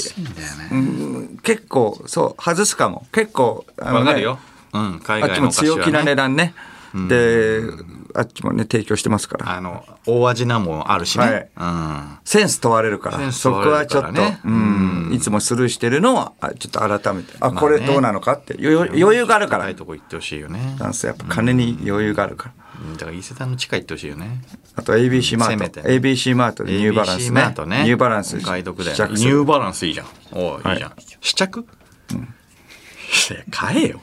Speaker 2: うん結構そう外すかも結構あ
Speaker 1: うんわ
Speaker 2: ね
Speaker 1: かるようん海
Speaker 2: あっ
Speaker 1: 外の
Speaker 2: ちも
Speaker 1: お菓子
Speaker 2: 強気な
Speaker 1: は
Speaker 2: 値
Speaker 1: ね
Speaker 2: 段ねであっちもね提供してますから
Speaker 1: あの大味なもんあるしねうん
Speaker 2: センス問われるから
Speaker 1: センス
Speaker 2: そ
Speaker 1: 問
Speaker 2: こ
Speaker 1: われ
Speaker 2: は
Speaker 1: る
Speaker 2: ちょ
Speaker 1: か
Speaker 2: っと、
Speaker 1: らね
Speaker 2: うん、いつもスルーしてるのはあちょっと改めてあこれ
Speaker 1: まあね
Speaker 2: どうなのかって余裕余裕があるから
Speaker 1: 高いとこ行ってほしいよね
Speaker 2: ダンスやっぱ金に余裕があるから
Speaker 1: うんだから伊勢丹の地下行ってほしいよね
Speaker 2: あと ABC マ
Speaker 1: せ
Speaker 2: ー
Speaker 1: め
Speaker 2: ト、
Speaker 1: てね
Speaker 2: ABC マートでニューバランス
Speaker 1: ABC マ
Speaker 2: ね
Speaker 1: ートね
Speaker 2: ニューバランス
Speaker 1: お買い得だよ
Speaker 2: 試
Speaker 1: ね
Speaker 2: 着
Speaker 1: ニ
Speaker 2: する
Speaker 1: ューバランスいいじゃんおういいじゃん試着いや買えよ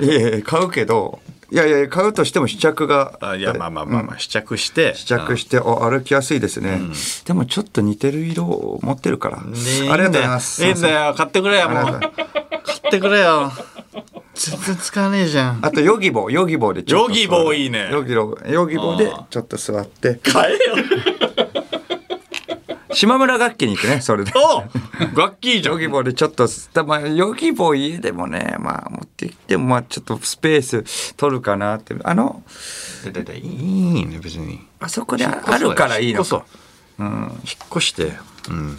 Speaker 2: いやいや買うけどいやいや、買うとしても試着が。
Speaker 1: あいや、まあまあまあまあ、試着して。
Speaker 2: 試着して、あ歩きやすいですね、でもちょっと似てる色を持ってるから。ありがとうございます。
Speaker 1: いいんだよ。買ってくれよ、もう。買ってくれよ。全然使わねえじゃん。
Speaker 2: あと、ヨギボー、ヨギボーでちょっと座る。
Speaker 1: ヨギボーいいね
Speaker 2: ヨギボー、ヨギボーでちょっと座って。
Speaker 1: 買えよ。
Speaker 2: 島村楽器に行くね、それで。
Speaker 1: お楽器いいじゃ
Speaker 2: ヨギ
Speaker 1: ん。
Speaker 2: ボーでちょっと、たまあ、ヨギボー家でもね、まあ、持ってきても、まあ、ちょっとスペース取るかなって。あの、
Speaker 1: いいね、別に。
Speaker 2: あそこであるからいいの
Speaker 1: そ
Speaker 2: か
Speaker 1: う。引っ越して。うん。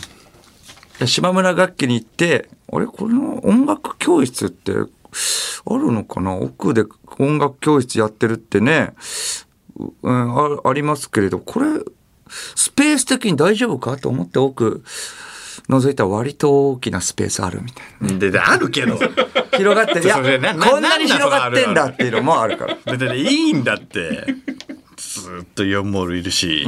Speaker 2: で島村楽器に行って、あれこの音楽教室って、あるのかな奥で音楽教室やってるってね、ううん、あありますけれど、これ、スペース的に大丈夫かと思って奥、覗いたら割と大きなスペースあるみたい
Speaker 1: で、であるけど。
Speaker 2: な。広がって、いや、
Speaker 1: それなな
Speaker 2: こんなに広がってんだっていうのもある から。
Speaker 1: だっていいんだって。ずーっと4モールいるし。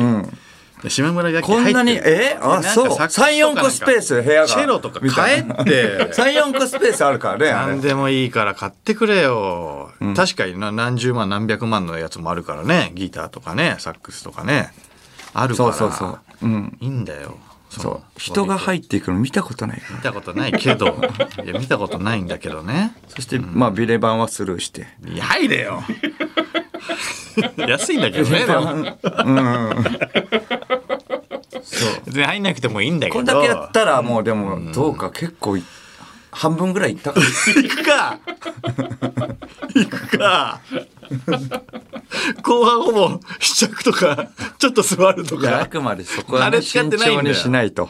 Speaker 1: 島村楽器
Speaker 2: こ
Speaker 1: 入ってる
Speaker 2: んなに、えあ、そう。3、4個スペース、部屋が。
Speaker 1: チェロとか
Speaker 2: みた
Speaker 1: 買え
Speaker 2: い
Speaker 1: っ
Speaker 2: な
Speaker 1: て。
Speaker 2: 3、4個スペースあるから ねあれ
Speaker 1: 何。でもいいから買ってくれよ、確かにな何十万何百万のやつもあるからねギターとかねサックスとかねあるか
Speaker 2: そう
Speaker 1: ら
Speaker 2: そうそう。うん。
Speaker 1: いいんだよ
Speaker 2: そう人が
Speaker 1: 入
Speaker 2: 入っていくの見たことないから
Speaker 1: 見たことないけ どいや見たことないんだけどね
Speaker 2: そして、まあビレバンはスルーして
Speaker 1: いや入れよ安いんだけどねでも
Speaker 2: そう
Speaker 1: 別に入んなくてもいいんだけど
Speaker 2: こんだけやったらもうでもどうか結構い半分ぐらいいったか
Speaker 1: 行くか行く か後半ほぼ試着とかちょっと座ると
Speaker 2: ら
Speaker 1: か
Speaker 2: あくまでそこは
Speaker 1: あれ
Speaker 2: ね
Speaker 1: 使っ
Speaker 2: 慎
Speaker 1: てないんだよ
Speaker 2: 重にしないと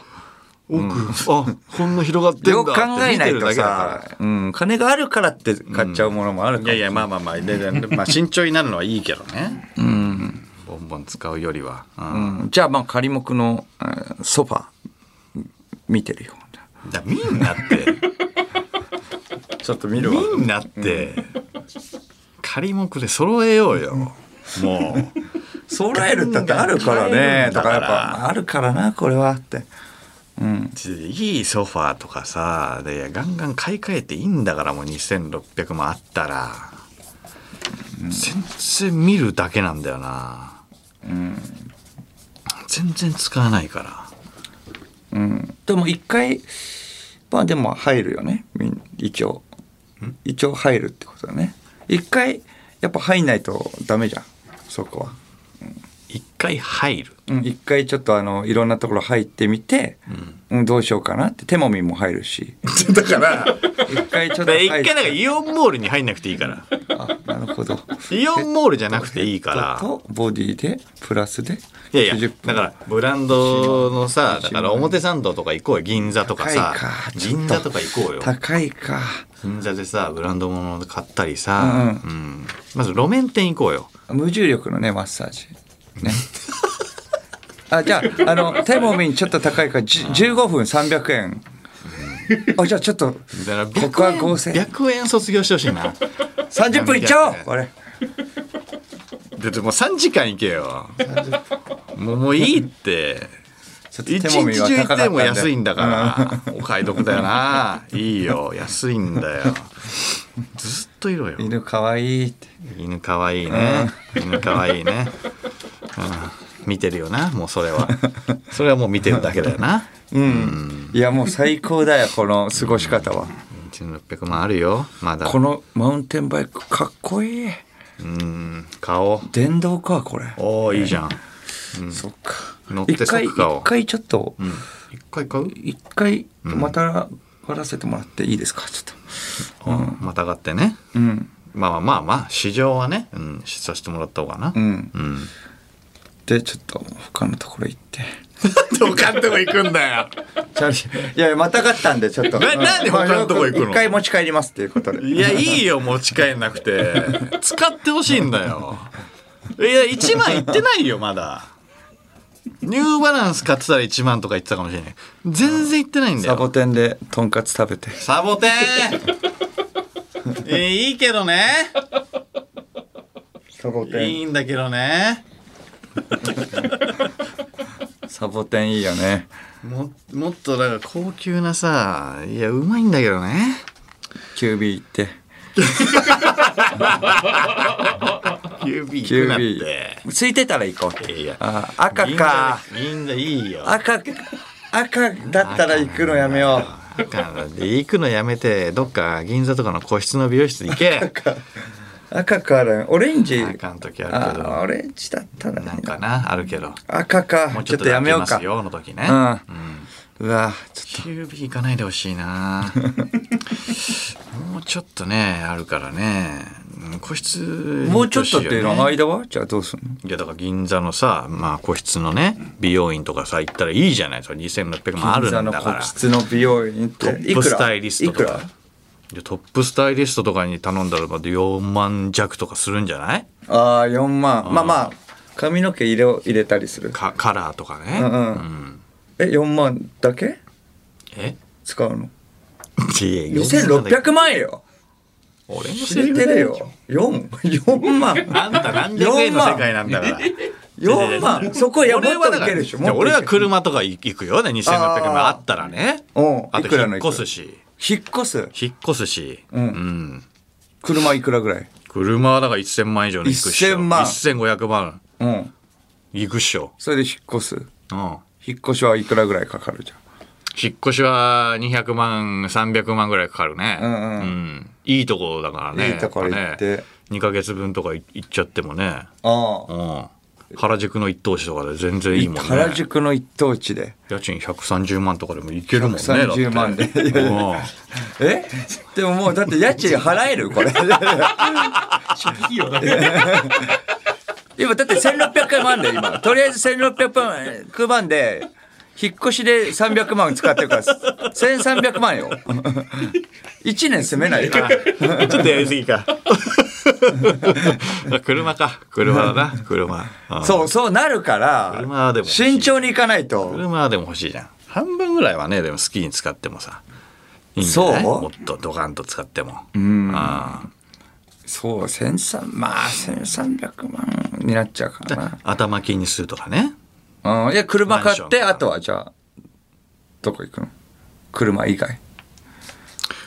Speaker 1: 奥、あこんな広がってんだ
Speaker 2: よく考
Speaker 1: って
Speaker 2: え
Speaker 1: 見て
Speaker 2: ない
Speaker 1: るだ
Speaker 2: と
Speaker 1: けだから
Speaker 2: さ、うん、金があるからって買っちゃうものもあるか
Speaker 1: い
Speaker 2: ら、
Speaker 1: やいやまあまあまあででまあ慎重になるのはいいけどねうんボンボン使うよりは、うん
Speaker 2: うんじゃあまあ仮目の、うんソファ見てるよ
Speaker 1: だ見んなって
Speaker 2: ちょっと見るわ
Speaker 1: 見んなって、仮目で揃えようよもう
Speaker 2: 揃えるったってあるからね
Speaker 1: だか
Speaker 2: だかららやっぱあるからなこれはって
Speaker 1: いいソファーとかさでガンガン買い替えていいんだからもう2600もあったら、全然見るだけなんだよな、全然使わないから
Speaker 2: でも一回まあでも入るよねみん一応一応入るってことだね一回やっぱ入んないとダメじゃんそこは
Speaker 1: 一回入る
Speaker 2: うん一回ちょっとあのいろんなところ入ってみて、うんどうしようかなって手もみも入るし
Speaker 1: だから
Speaker 2: 一回ちょっと
Speaker 1: で
Speaker 2: 入
Speaker 1: 一回なんかイオンモールに入んなくていい から
Speaker 2: あなるほど
Speaker 1: イオンモールじゃなくていいから
Speaker 2: とボディでプラスで
Speaker 1: いやいや
Speaker 2: 90
Speaker 1: だ
Speaker 2: 分
Speaker 1: からブランドのさだから表参道とか行こうよ銀座とか
Speaker 2: 高い
Speaker 1: さ
Speaker 2: かちょっ
Speaker 1: 銀座とか行こうよ
Speaker 2: 高いか
Speaker 1: 銀座でさブランド物買ったりさ、うんまず路面店行こうよ
Speaker 2: 無重力のねマッサージねあじゃああの手もみんちょっと高いからじ15分300円あじゃあちょっと
Speaker 1: だから
Speaker 2: ここは合成
Speaker 1: 100円卒業してほしい な
Speaker 2: 30分いっちゃおうこれ
Speaker 1: ででも3時間行けよもうもういいって
Speaker 2: ちょっと
Speaker 1: 一日
Speaker 2: 手もみは
Speaker 1: 中行
Speaker 2: 高か
Speaker 1: っ
Speaker 2: った
Speaker 1: て
Speaker 2: ん
Speaker 1: も
Speaker 2: で
Speaker 1: 安いんだから、お買い得だよないいよ安いんだよずっといろよ
Speaker 2: 犬かわいいって
Speaker 1: 犬かわいいね、犬かわいいね、うん、見てるよなもうそれはそれはもう見てるだけだよな
Speaker 2: うんいやもう最高だよこの過ごし方は
Speaker 1: 1600万あるよまだ
Speaker 2: このマウンテンバイクかっこいい
Speaker 1: うん顔
Speaker 2: 電動かこれ
Speaker 1: おおいいじゃん
Speaker 2: そっか
Speaker 1: 乗って
Speaker 2: 一回
Speaker 1: 即買おう
Speaker 2: 一回ちょっと
Speaker 1: 一回買う
Speaker 2: 一回また終わらせてもらっていいですかちょっ
Speaker 1: またがってね
Speaker 2: とうん
Speaker 1: まあまあまあ市場はね、うん、させてもらった方がな
Speaker 2: う、ん
Speaker 1: うん、
Speaker 2: でちょっと他のところ行って
Speaker 1: どかんでも行くんだよ
Speaker 2: いやまたがったんでちょっと
Speaker 1: ななんで他のとこ行くの
Speaker 2: まあ一回持ち帰りますっていうことで
Speaker 1: いやいいよ持ち帰んなくて使ってほしいんだよいや1万いってないよまだニューバランス買ってたら1万とか言ってたかもしれない全然いってないんだ
Speaker 2: サボ
Speaker 1: よ
Speaker 2: テンでとんかつ食べて
Speaker 1: サボテンえーいいけどね
Speaker 2: サボ
Speaker 1: いいんだけどね
Speaker 2: サボテンいいよね
Speaker 1: ももっとだから高級なさいやうまいんだけどね
Speaker 2: キュービー行って
Speaker 1: QB 行くなっ
Speaker 2: QB
Speaker 1: て。
Speaker 2: ついてたら行こう
Speaker 1: いや
Speaker 2: あ赤か
Speaker 1: みんなみんないいよ
Speaker 2: 赤赤だったら行くのやめよう
Speaker 1: 赤で行くのやめてどっか銀座とかの個室の美容室行け
Speaker 2: 赤からオレンジ
Speaker 1: 赤の時あるけ
Speaker 2: あ
Speaker 1: ど
Speaker 2: オレンジだったら
Speaker 1: なんかなあるけど
Speaker 2: 赤
Speaker 1: も
Speaker 2: か
Speaker 1: う
Speaker 2: ち
Speaker 1: ちょ
Speaker 2: ょっ
Speaker 1: っと
Speaker 2: とや
Speaker 1: やめ
Speaker 2: めよ
Speaker 1: ま
Speaker 2: う
Speaker 1: す
Speaker 2: か
Speaker 1: よの時ね
Speaker 2: うんうわちょっ
Speaker 1: QB 行かないでほしいな もうちょっとねあるからねうん個室
Speaker 2: ともうちょっとっていう
Speaker 1: 行
Speaker 2: の
Speaker 1: ほしいよね
Speaker 2: 間はじゃあどうするの
Speaker 1: いやだから銀座のさ、まあ、個室のね美容院とかさ行ったらいいじゃないですか2600万あるんだ
Speaker 2: 銀座の
Speaker 1: か
Speaker 2: 個
Speaker 1: ら
Speaker 2: 室の美容院って
Speaker 1: トップスタイリストと
Speaker 2: いく
Speaker 1: かいやトップスタイリストとかに頼んだらまあ4万弱とかするんじゃない
Speaker 2: らああ4万まあまあ髪の毛入れを入れたりする
Speaker 1: かカラーとかね、
Speaker 2: うんうん
Speaker 1: うん
Speaker 2: え4万だけ
Speaker 1: え
Speaker 2: 使うの
Speaker 1: いや
Speaker 2: 2600万円よ
Speaker 1: 俺の
Speaker 2: 知
Speaker 1: セリ
Speaker 2: れ
Speaker 1: フ
Speaker 2: てる
Speaker 1: だ
Speaker 2: よ4 4万
Speaker 1: あんた何百円の世界なんだから
Speaker 2: 4万そこいやもっ
Speaker 1: 俺は
Speaker 2: と
Speaker 1: だ
Speaker 2: い
Speaker 1: か
Speaker 2: け
Speaker 1: ら
Speaker 2: るでしょ
Speaker 1: いや俺は
Speaker 2: く
Speaker 1: 車とか行くよね2600万あったらね
Speaker 2: うん
Speaker 1: あ
Speaker 2: いく
Speaker 1: と
Speaker 2: ら
Speaker 1: 引
Speaker 2: の
Speaker 1: っ
Speaker 2: いく
Speaker 1: 越すし
Speaker 2: 引っ越す
Speaker 1: 引っ越すし、
Speaker 2: うん
Speaker 1: うん
Speaker 2: 車いくらぐらい
Speaker 1: 車はだから1000万以上の行くっしょ
Speaker 2: 1000万
Speaker 1: 1500万
Speaker 2: うん
Speaker 1: 行くっしょ、
Speaker 2: それで引っ越す
Speaker 1: うん、
Speaker 2: 引っ越しはいくらぐらいかかるじゃん
Speaker 1: 引っ越しは200万300万ぐらいかかるね、
Speaker 2: うんうん
Speaker 1: いいとこだからね
Speaker 2: いいところ行って
Speaker 1: やぱね、2ヶ月分とかい行っちゃってもね、
Speaker 2: ああ
Speaker 1: うん、原宿の一等地とかで全然いいもんね
Speaker 2: 原宿の一等地で
Speaker 1: 家賃130万とかでもいけるもんね
Speaker 2: 130万
Speaker 1: だって
Speaker 2: でいやいや
Speaker 1: うん
Speaker 2: えでももうだって家賃払えるこれ今だって1600万で今とりあえず1600万で引っ越しで300万使ってるから1300万よ1年住 めないよ
Speaker 1: ちょっとやりすぎか 車か車だな車、うん
Speaker 2: そうそうなるから
Speaker 1: 車はでも欲しい
Speaker 2: 慎重にいかないと
Speaker 1: 車はでも欲しいじゃん半分ぐらいはねでも好きに使ってもさいいんじゃない
Speaker 2: そう
Speaker 1: もっとドカンと使ってもあー
Speaker 2: そう1300まあ1300万になっちゃ うからな
Speaker 1: 頭金にするとかね
Speaker 2: うん、いや、車買
Speaker 1: マン
Speaker 2: っ
Speaker 1: ション
Speaker 2: て、
Speaker 1: とか
Speaker 2: あとはじゃあ、どこ行くの車以外。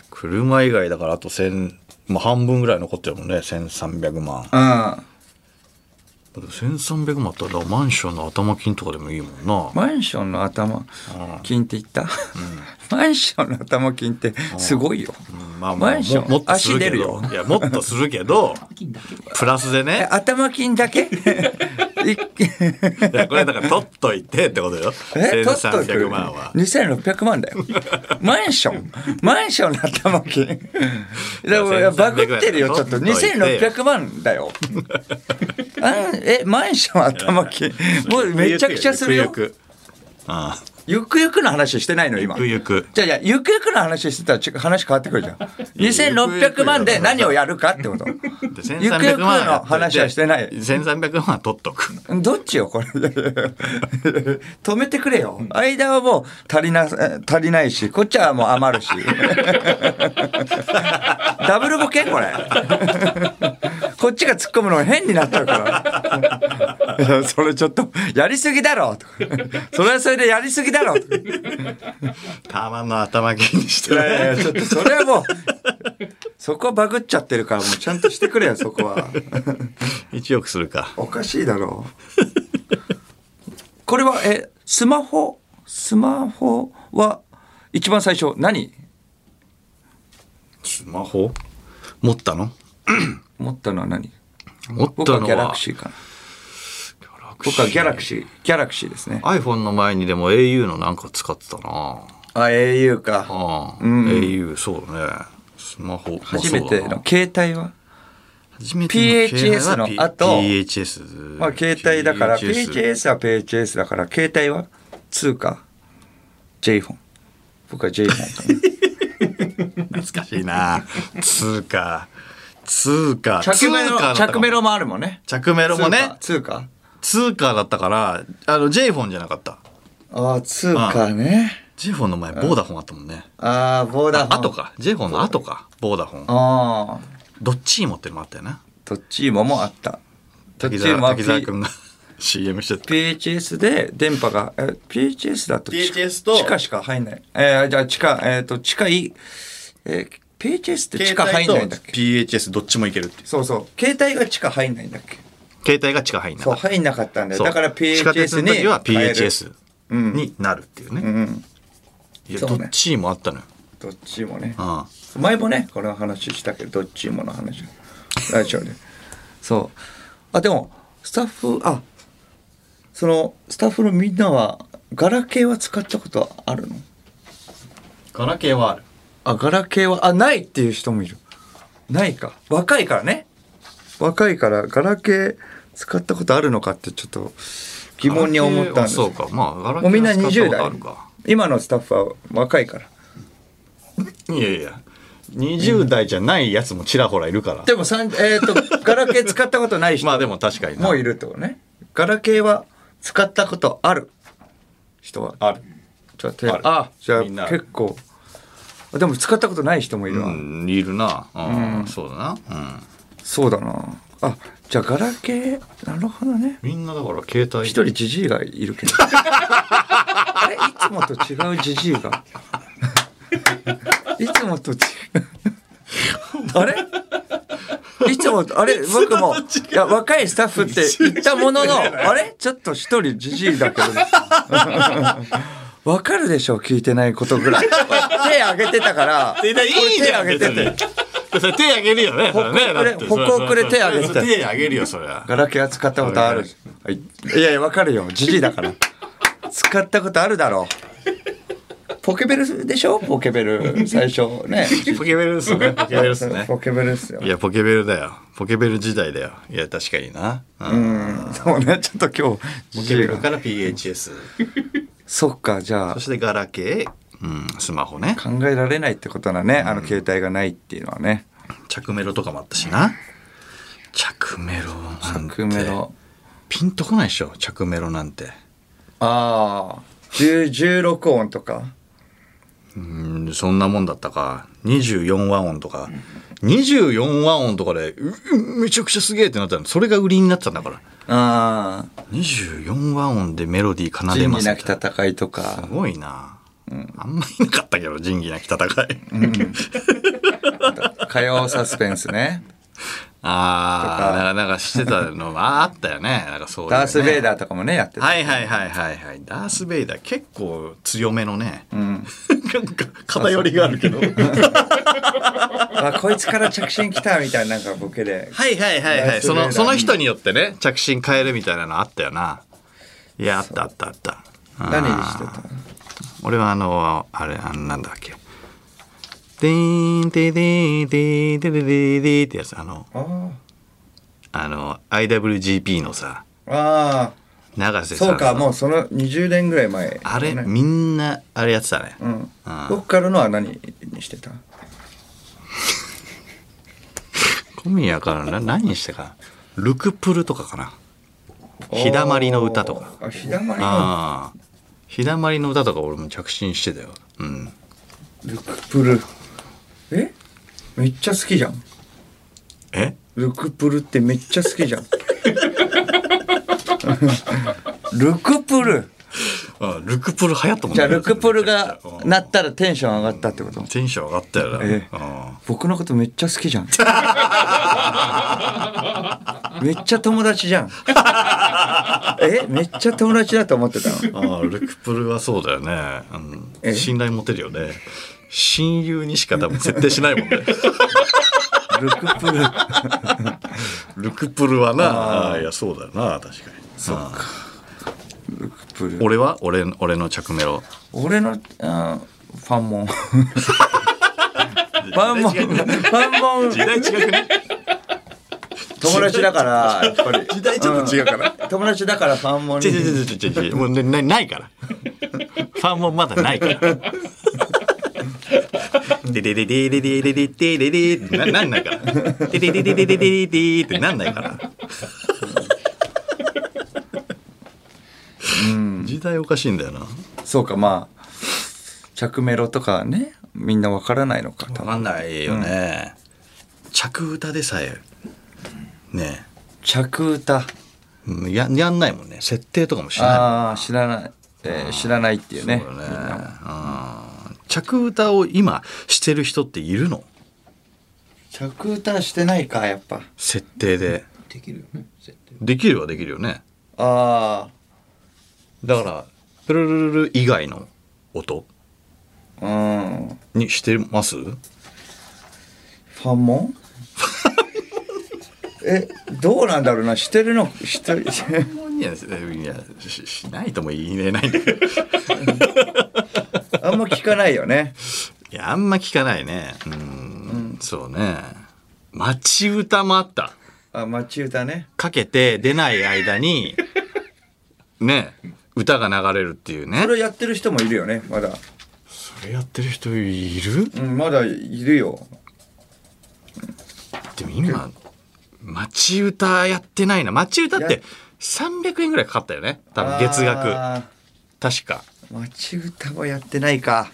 Speaker 1: 車以外だからあと1000、まあ、半分ぐらい残ってるもんね1300万
Speaker 2: うん。
Speaker 1: 1300万あったらだからマンションの頭金とかでもいいもんな、
Speaker 2: マンションの頭金って言った、マンションの頭金ってすごいよ。
Speaker 1: うんまあ
Speaker 2: マンション
Speaker 1: ももっとするけ
Speaker 2: 足出る
Speaker 1: ど
Speaker 2: よ
Speaker 1: いやもっとするけ どプラスで
Speaker 2: え
Speaker 1: ね
Speaker 2: 頭金 だけい
Speaker 1: いやこれだから取っといてってことよ
Speaker 2: え取っとく
Speaker 1: 1300万は
Speaker 2: 2600万だよ。マンションマンションの頭 金でもいや
Speaker 1: 1300
Speaker 2: バグってるよ、ちょっと。
Speaker 1: 取っといてよ
Speaker 2: 2600万だよ。 あえ、マンション頭金もうめちゃくちゃするよ
Speaker 1: ゆ。くゆくああ
Speaker 2: ゆくゆくの話してないの今。
Speaker 1: ゆくゆく
Speaker 2: じゃあじゃあゆくゆくの話してたらちょ話変わってくるじ ゃん。2600万で何をやるかってこと。
Speaker 1: で
Speaker 2: ゆくゆくの話はしてない
Speaker 1: 1300万は取っとく
Speaker 2: どっちよこれ。 止めてくれよ。間はもう足りな、足りないし、こっちはもう余るし。 ダブルボケこれ。 こっちが突っ込むの変になっちゃうから。 いやそれちょっと、やりすぎだろとか。それはそれでやりすぎだろとか。
Speaker 1: たまの頭金にして
Speaker 2: いやいや、ちょっとそれはもう、そこはバグっちゃってるから、もうちゃんとしてくれよ、そこは。
Speaker 1: 1億するか
Speaker 2: おかしいだろう。これは、え、スマホ、スマホは、一番最初、何
Speaker 1: スマホ持ったの
Speaker 2: 持ったのは何
Speaker 1: 持っ
Speaker 2: 僕
Speaker 1: た
Speaker 2: は
Speaker 1: のは
Speaker 2: ギャラクシーかな。僕はギャラクシー、ギャラクシーですね。
Speaker 1: iPhone の前にでも au のなんか使ってたな
Speaker 2: あ、au か。
Speaker 1: ああ、
Speaker 2: ん
Speaker 1: au そうだねスマホまあ
Speaker 2: 初めて
Speaker 1: そうだ
Speaker 2: の
Speaker 1: な、
Speaker 2: 携帯は
Speaker 1: 初めての
Speaker 2: PHS の
Speaker 1: P-
Speaker 2: 後
Speaker 1: PHS
Speaker 2: まあ、携帯だから、
Speaker 1: PHS
Speaker 2: PHS は PHS だから、携帯は通貨 ?J フォン。僕は J フォンかな。
Speaker 1: 懐かしいな通貨通貨
Speaker 2: 着メ
Speaker 1: 通貨だ
Speaker 2: ロ、
Speaker 1: ったか
Speaker 2: 着メロもあるもんね。
Speaker 1: 着メロもね
Speaker 2: 通貨。
Speaker 1: 通貨だったからあの j フォンじゃなかった
Speaker 2: ああ、通貨ね。
Speaker 1: j フォンの前ボーダフォンあったもんね
Speaker 2: ああ、ボーダ
Speaker 1: あ
Speaker 2: フォン。
Speaker 1: 後。か j フォンの後かボーダフォン
Speaker 2: ああ。
Speaker 1: どっちもってのもあったよな
Speaker 2: どっちももあった。どっ
Speaker 1: 滝
Speaker 2: ち
Speaker 1: 沢
Speaker 2: も
Speaker 1: 滝沢
Speaker 2: P-
Speaker 1: 君が CM してた
Speaker 2: PHS で電波が、え、PHS だと地下
Speaker 1: PHS と
Speaker 2: 地下しか入んない。えーじゃあ地下、えっ、と、近い、えー PHS って 地下入んないんだっけ
Speaker 1: PHS どっちもいけるっていう
Speaker 2: そうそう携帯が地下入んないんだっけ
Speaker 1: 携帯が地下入んな
Speaker 2: そ
Speaker 1: か
Speaker 2: う
Speaker 1: った
Speaker 2: 入んなかったんだよ
Speaker 1: そう
Speaker 2: だから
Speaker 1: 地下鉄
Speaker 2: PHS
Speaker 1: の
Speaker 2: に
Speaker 1: 時は
Speaker 2: 変える
Speaker 1: PHS になるっていうね、
Speaker 2: うん
Speaker 1: いや
Speaker 2: そ
Speaker 1: ど
Speaker 2: うね
Speaker 1: っちもあったのよ、
Speaker 2: どっちもね
Speaker 1: うん
Speaker 2: 前もねこの話したけどどっちもの話大丈夫ねそうあでもスタッフあそのスタッフのみんなはガラケーは使ったことはあるの
Speaker 1: ガラケーはある
Speaker 2: あガラケーはあないっていう人もいるないか若いからね若いからガラケー使ったことあるのかってちょっと疑問に思ったんです
Speaker 1: そうかまあガラケ
Speaker 2: もうみん
Speaker 1: ー
Speaker 2: な
Speaker 1: は使っ
Speaker 2: 20
Speaker 1: たことあ
Speaker 2: 代
Speaker 1: るか
Speaker 2: 今のスタッフは若いから
Speaker 1: いやいや20代じゃないやつもちらほらいるから、
Speaker 2: でもさんえっ、 とガラケー使ったことない人
Speaker 1: まあでも確かにな
Speaker 2: もういるってことねガラケーは使ったことある人は
Speaker 1: ある
Speaker 2: じゃあ手
Speaker 1: ある
Speaker 2: あじゃあ
Speaker 1: みんなある
Speaker 2: 結構あでも使ったことない人もいるわ、
Speaker 1: うんいるな、うんそうだな、うん、
Speaker 2: そうだなあじゃあガラケーなるほどね
Speaker 1: みんなだから携帯
Speaker 2: 一人じじいがいるけどあれいつもと違うじじい がいつもと違う あれいつもとあれ僕もいや若いスタッフって言ったもののあれちょっと一人じじいだ けどわかるでしょ聞いてないことぐらい手挙げてたから
Speaker 1: いやいいじゃん
Speaker 2: 手挙げてて
Speaker 1: 別にそれ手あげるよねそれね
Speaker 2: これ
Speaker 1: だって
Speaker 2: 歩行くれ手あげて
Speaker 1: それ手あげるよそり ゃ
Speaker 2: ガラケーは使ったことある。はい、いやいや、わかるよ。じじいだから。使ったことあるだろう。ポケベルでしょポケベル。最初ね。
Speaker 1: ポケベルですねポケベルですね
Speaker 2: ポケベルっすよ
Speaker 1: い。やポケベルだよポケベル時代だよいや確かにな、うん
Speaker 2: うん。そうね。ちょっと今
Speaker 1: ポ
Speaker 2: 日、じ
Speaker 1: ケ
Speaker 2: じ
Speaker 1: ベ
Speaker 2: い
Speaker 1: ル
Speaker 2: が。
Speaker 1: から PHS
Speaker 2: そっか、じゃあ
Speaker 1: そ、してガラケー、うん、スマホね
Speaker 2: 考えられないってことだね。あの携帯がないっていうのはね。
Speaker 1: 着メロとかもあったしな着メロなんて
Speaker 2: クメロ。
Speaker 1: ピンとこないでしょ着メロなんて
Speaker 2: ああ。10 16音とか。
Speaker 1: うんそんなもんだったか24和音とか24和音とかでううめちゃくちゃすげえってなったのそれが売りになってたんだから
Speaker 2: ああ。
Speaker 1: 24和音でメロディー奏で
Speaker 2: 仁
Speaker 1: ま
Speaker 2: 義
Speaker 1: す
Speaker 2: な
Speaker 1: み
Speaker 2: き
Speaker 1: たいな
Speaker 2: 戦いと
Speaker 1: す
Speaker 2: か。
Speaker 1: ごいな、あんまりいなかったけど仁義なき戦い、
Speaker 2: 火曜サスペンス ね。
Speaker 1: ああなんかなんかしてたのはあったよねなんかそういうね、
Speaker 2: ダース・ベイダーとかもね、やってた。
Speaker 1: はいはいはいはいはいダース・ベイダー結構強めのね、なんか 偏りがあるけどはい
Speaker 2: あこいつから着信来たみたいななんかボケで
Speaker 1: はいはいは
Speaker 2: ダ
Speaker 1: い
Speaker 2: ース
Speaker 1: そ
Speaker 2: ベイダ
Speaker 1: の
Speaker 2: ー
Speaker 1: その人によってね着信変えるみたいなのあったよないやあったあったあった
Speaker 2: 何
Speaker 1: あー
Speaker 2: してたの
Speaker 1: 俺はあのあれあんなんだっけディーンディーンディーンディーンディーンディーンディーンってやつあの
Speaker 2: あ
Speaker 1: あの IWGP のさ
Speaker 2: ーあ
Speaker 1: 永瀬
Speaker 2: ー
Speaker 1: さん
Speaker 2: そうか
Speaker 1: の
Speaker 2: もうその20年ぐらい前
Speaker 1: あれ
Speaker 2: ね
Speaker 1: みんなあれやってたね、
Speaker 2: うん
Speaker 1: あー
Speaker 2: 僕からのは何にしてた
Speaker 1: 小宮からな何してかなルクプルとかかな日だまりの歌とか
Speaker 2: あ日だまりの
Speaker 1: ああ日だまりの歌とか俺も着信してたようん
Speaker 2: ルクプルえめっちゃ好きじゃん
Speaker 1: え
Speaker 2: ルクプルってめっちゃ好きじゃん ルクプル
Speaker 1: あルクプル流行ったもんね
Speaker 2: じゃあルクプルが
Speaker 1: うん
Speaker 2: 鳴ったらテンション上がったってこと
Speaker 1: テンション上がったよな、
Speaker 2: ええ
Speaker 1: うん
Speaker 2: 僕のことめっちゃ好きじゃん。めっちゃ友達じゃん。え、めっちゃ友達だと思ってたの。
Speaker 1: ああ、ルクプルはそうだよね。う
Speaker 2: え
Speaker 1: ん、信頼持てるよね。親友にしか多分設定しないもん ね。
Speaker 2: ルクプル。
Speaker 1: ルクプルはな、あーいや、そうだよな、確かに。あー
Speaker 2: ルクプル。
Speaker 1: 俺は俺の俺の着メロ。
Speaker 2: 俺の、あーファンモン。ファンモン。ファンモン。
Speaker 1: 代違くね。
Speaker 2: 友達だから、やっぱり。
Speaker 1: 時代ちょっと違うから。
Speaker 2: 友達だからファンモン
Speaker 1: 違う違
Speaker 2: に。
Speaker 1: う違う違う違う。もうねなないから。ファンもまだないから。ででででででででででででななんないから。ででででででででってなんないから。時代おかしいんだよな。
Speaker 2: そうか、まあ。着メロとかね、みんなわからないのか。多
Speaker 1: わ
Speaker 2: 分
Speaker 1: かんないよね。着歌でさえね
Speaker 2: 着歌。
Speaker 1: うんややんないもんね。設定とかもしないもんね。
Speaker 2: ああ、知らない。えー知らないっていうね。
Speaker 1: そうだね。うん着歌を今してる人っているの
Speaker 2: 着ターンしてないかやっぱ
Speaker 1: 設定で
Speaker 3: できるよね設定
Speaker 1: できるはできるよね
Speaker 2: あ
Speaker 1: だからプルルルル以外の音
Speaker 2: あうん
Speaker 1: にしてます
Speaker 2: ファンモン えどうなんだろうなしてるのして る
Speaker 1: いやいやししないとも言えないんだけど
Speaker 2: あんま聞かないよね
Speaker 1: いやあんま聞かないねうんそうね街歌もあった
Speaker 2: あ街歌ね
Speaker 1: かけて出ない間 にね歌が流れるっていうね
Speaker 2: それやってる人もいるよねまだ
Speaker 1: それやってる人いる
Speaker 2: うんまだいるよ
Speaker 1: でも今街歌やってないな街歌っ
Speaker 2: や
Speaker 1: て300円ぐらいかかったよね多分月額
Speaker 2: あ
Speaker 1: 確か
Speaker 2: ー街歌はやってないか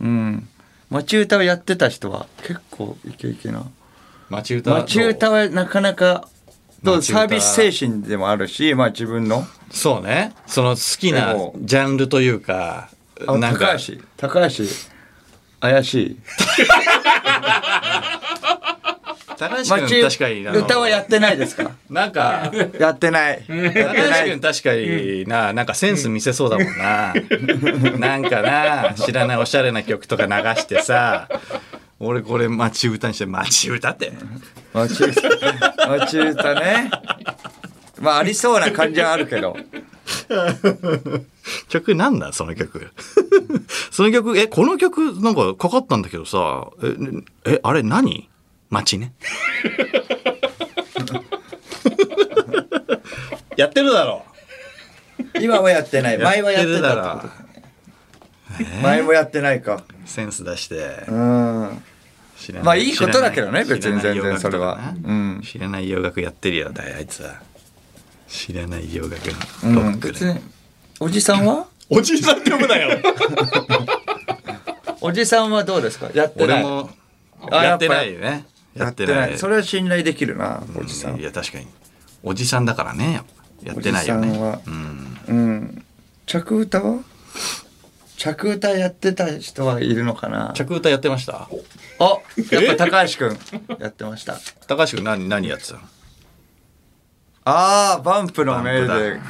Speaker 2: うん、街歌をやってた人は結構イケイケな
Speaker 1: 街歌の
Speaker 2: 街歌はなかなかどう
Speaker 1: 街歌
Speaker 2: サービス精神でもあるしまあ自分の
Speaker 1: そうねその好きな
Speaker 2: でも
Speaker 1: ジャンルというか
Speaker 2: あ
Speaker 1: なんか
Speaker 2: 高橋高橋怪しい
Speaker 1: 高橋
Speaker 2: 街
Speaker 1: 君確かにあの
Speaker 2: 歌はやってないですか
Speaker 1: なんか
Speaker 2: やってないやって
Speaker 1: 高
Speaker 2: な
Speaker 1: 橋
Speaker 2: い
Speaker 1: 君確かにな、なんかセンス見せそうだもんな。なんかな、知らないおしゃれな曲とか流してさ、俺これ街歌にして、街歌って。
Speaker 2: 街歌街歌ねまあありそうな感じはあるけど
Speaker 1: 曲なんだその曲。 その曲、え、この曲なんかかかったんだけどさ、え、えあれ何街 ね。やってるだろ。
Speaker 2: 今はやってない前はやってたってこと前もやってないか
Speaker 1: センス出して
Speaker 2: う。ん
Speaker 1: 知らな
Speaker 2: まあいいことだけどね
Speaker 1: 知らない
Speaker 2: 別に全然それは
Speaker 1: 知らない洋楽とかな知らない洋
Speaker 2: うん
Speaker 1: 楽やってるよだいあいつは知らない洋楽
Speaker 2: う
Speaker 1: のロ
Speaker 2: ん
Speaker 1: ック
Speaker 2: 別
Speaker 1: で、
Speaker 2: におじさんは
Speaker 1: おじさんって呼ぶなよ
Speaker 2: おじさんはどうですかやってな
Speaker 1: 俺
Speaker 2: い
Speaker 1: も
Speaker 2: あ
Speaker 1: やってないよねや
Speaker 2: やっ
Speaker 1: って
Speaker 2: て
Speaker 1: な
Speaker 2: ないいそれは信頼できるなおじさ
Speaker 1: うんんいや確かにおじさんだからねやってないよね
Speaker 2: おじさんは
Speaker 1: うん、
Speaker 2: うん着歌は着歌やってた人はいるのかな
Speaker 1: 着歌やってました
Speaker 2: あやっぱ高橋くん やってました
Speaker 1: 高橋君何何やってたの
Speaker 2: ああバンプのメーデー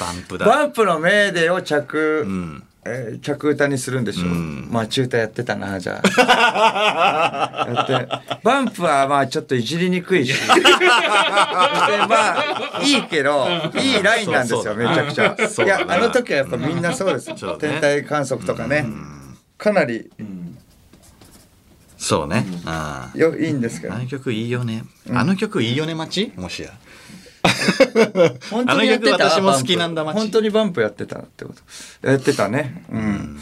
Speaker 1: バンプだ
Speaker 2: バンプのメーデーを着、
Speaker 1: うん
Speaker 2: えー着歌にするんでしょ、
Speaker 1: ん
Speaker 2: まあ中歌やってたなじ ゃあやってバンプはまあちょっといじりにくいしそしてまあいいけどいいラインなんです
Speaker 1: そうそう
Speaker 2: よめちゃくちゃ、
Speaker 1: そう
Speaker 2: い
Speaker 1: だ
Speaker 2: や
Speaker 1: な
Speaker 2: あの時はやっぱみんなそうです、
Speaker 1: そうだね
Speaker 2: 天体観測とかね、かなり
Speaker 1: そうね、ああ
Speaker 2: よいいんですけど
Speaker 1: あの曲いいよね、あの曲いいよね街もしや
Speaker 2: 本当にやって
Speaker 1: あの
Speaker 2: た
Speaker 1: 曲私も好きなんだ
Speaker 2: バン
Speaker 1: 街
Speaker 2: プ本当にバンプやってたってことやってたねうん、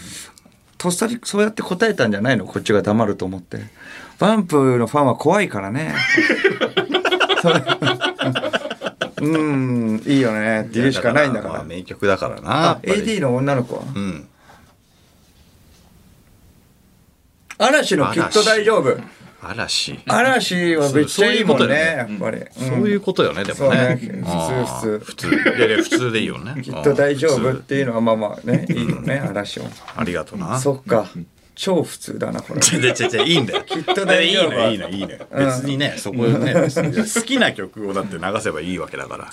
Speaker 2: とっさにそうやって答えたんじゃないのこっちが黙ると思ってバンプのファンは怖いから ねそれうんいいよねって言うしかないんだから
Speaker 1: まあ名曲だからな
Speaker 2: あ AD の女の子は
Speaker 1: うん
Speaker 2: 嵐のきっと大丈夫
Speaker 1: 嵐
Speaker 2: 嵐はめっちゃいいもん
Speaker 1: そ
Speaker 2: ね
Speaker 1: ういう
Speaker 2: やっぱり、
Speaker 1: そういうことよね、でもね。
Speaker 2: そうね
Speaker 1: あー
Speaker 2: 普
Speaker 1: 普通。いやいや、普通でいいよね。
Speaker 2: きっと大丈
Speaker 1: あ
Speaker 2: 夫っ
Speaker 1: ー普通
Speaker 2: ていうのはまあま あねいいよね嵐は
Speaker 1: ありがとうな。
Speaker 2: そっか超普通だなこれ
Speaker 1: ちょちょちょちょいいんだよ。きっ
Speaker 2: と大丈夫
Speaker 1: いいの、いいの、いいの。別にね、そこね、別に好きな曲をだって流せばいいわけだから。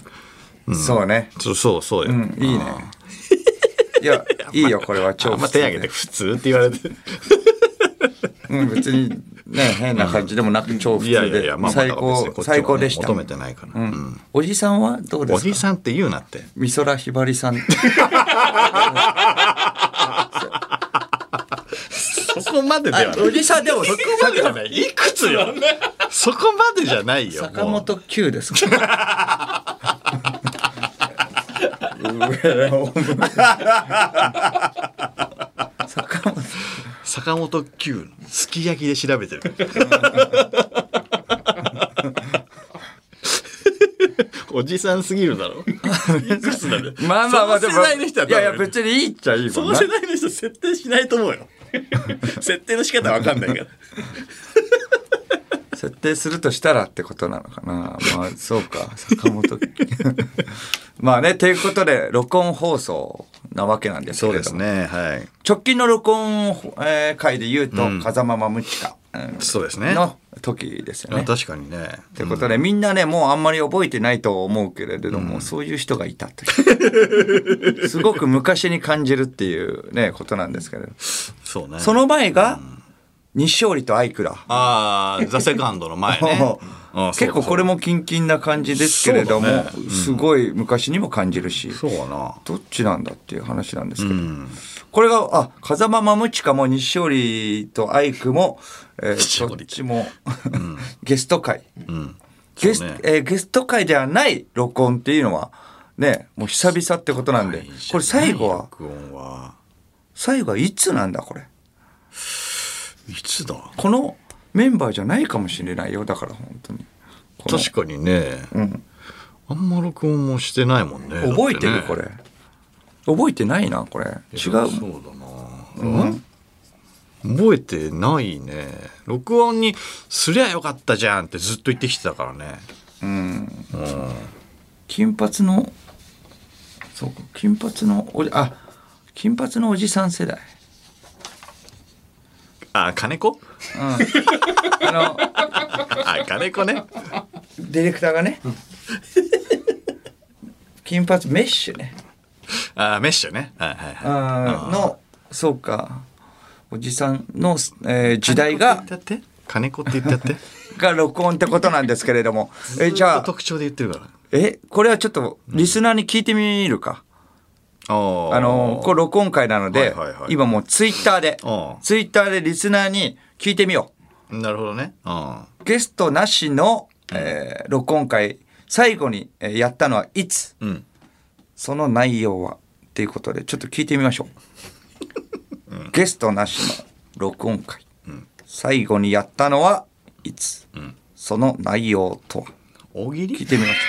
Speaker 2: そうね
Speaker 1: そうそう、そうよ。
Speaker 2: うん、いいね。 いや、いいよ、これは超
Speaker 1: あんま手挙げて、 普通って言われて。
Speaker 2: うん、別にね、変な感じでもなく超普
Speaker 1: いや
Speaker 2: 通
Speaker 1: いやい
Speaker 2: で
Speaker 1: や、まあ、、
Speaker 2: 最
Speaker 1: まあ別にこ
Speaker 2: 高、
Speaker 1: っちはね
Speaker 2: 最高でした
Speaker 1: 求。めてないから。うん
Speaker 2: おじさんはどうで
Speaker 1: お
Speaker 2: す
Speaker 1: じ
Speaker 2: か
Speaker 1: さんって言うなって。
Speaker 2: 美空ひば りさん。
Speaker 1: そこまでではない。
Speaker 2: おじさんでも、
Speaker 1: そこまでじゃない。いくつよ。そこまでじゃないよ。もう
Speaker 2: 坂本九ですか上を向く坂本
Speaker 1: 坂本九すき焼きで調べてるおじさんすぎるだろいくつだね
Speaker 2: まあまあまあ、
Speaker 1: その世代の人は多
Speaker 2: い
Speaker 1: 分
Speaker 2: やいや、別にいいっちゃいい
Speaker 1: そ
Speaker 2: も
Speaker 1: の
Speaker 2: んな
Speaker 1: 世。代の人設定しないと思う よ設定の仕方わかんないから
Speaker 2: 設定するとしたらってことなのかなまあそうか坂本 まあねということで録音放送なわけなんですけれども
Speaker 1: ねはい
Speaker 2: 直近の録音、えー会で言うと「
Speaker 1: ん
Speaker 2: 風間まむちか」うん
Speaker 1: そうですね
Speaker 2: の時ですよね。
Speaker 1: 確かにね。
Speaker 2: ってことで、みんなね、もうあんまり覚えてないと思うけれども、そういう人がいたという。 すごく昔に感じるっていうね、ことなんですけれど。
Speaker 1: そうね。
Speaker 2: その前が、西勝利とアイク ラ。。
Speaker 1: ああ、ザ・セカンドの前 ね
Speaker 2: 結構これ
Speaker 1: も。
Speaker 2: もキンキンな感じですけれども、
Speaker 1: そうだね
Speaker 2: すごい昔にも感じるし、
Speaker 1: そうかな。
Speaker 2: どっちなんだっていう話なんですけ
Speaker 1: う
Speaker 2: ど、
Speaker 1: ん。
Speaker 2: これが、あ、風間マムチカも西勝利とアイクも、え
Speaker 1: 西
Speaker 2: ー、ど
Speaker 1: 織
Speaker 2: っちも、 ゲスト会。
Speaker 1: うん。
Speaker 2: ゲス,、
Speaker 1: そうね
Speaker 2: えーゲスト会ではない録音っていうのは、ね、もう久々ってことなんで、これ最後は、
Speaker 1: 録音は。
Speaker 2: 最後はいつなんだこれ。
Speaker 1: いつだ
Speaker 2: このメンバーじゃないかもしれないよ、だから本当に。この
Speaker 1: 確かにね。
Speaker 2: うん
Speaker 1: あんま録音もしてないもんね。
Speaker 2: 覚えて
Speaker 1: だ
Speaker 2: る
Speaker 1: っね
Speaker 2: これ。覚えてないな、これ。違う。
Speaker 1: そうだな、覚えてないね録音にすりゃよかったじゃんってずっと言ってきてたからね
Speaker 2: 金髪の、そうか、金髪のおじ、あ、金髪のおじさん世代。
Speaker 1: あ金子
Speaker 2: あの、
Speaker 1: あ金子ね
Speaker 2: ディレクターがね、 金髪メッシュね、
Speaker 1: あメッシュねはいはいはい
Speaker 2: あーの、そうか、おじさんの、えー時代が、
Speaker 1: 金子って言ってやって金子って言ってやって
Speaker 2: が録音ってことなんですけれども、えじ
Speaker 1: ず
Speaker 2: ゃ
Speaker 1: っと
Speaker 2: あ、
Speaker 1: 特徴で言ってるから
Speaker 2: え、これはちょっと、リスナーに聞いてみるか。
Speaker 1: あー
Speaker 2: あのこれ録音会なので、
Speaker 1: はいはいはい
Speaker 2: 今もうツイッターで
Speaker 1: うん
Speaker 2: ツイッターでリスナーに聞いてみよ
Speaker 1: なるほどねうん
Speaker 2: うゲストなしの、えー録音会最後にえーやったのはいつ
Speaker 1: うん
Speaker 2: その内容はっていうことでちょっと聞いてみましょう、ゲストなしの録音会、最後にやったのはいつ、その内容とは
Speaker 1: 大喜利
Speaker 2: 聞いてみまし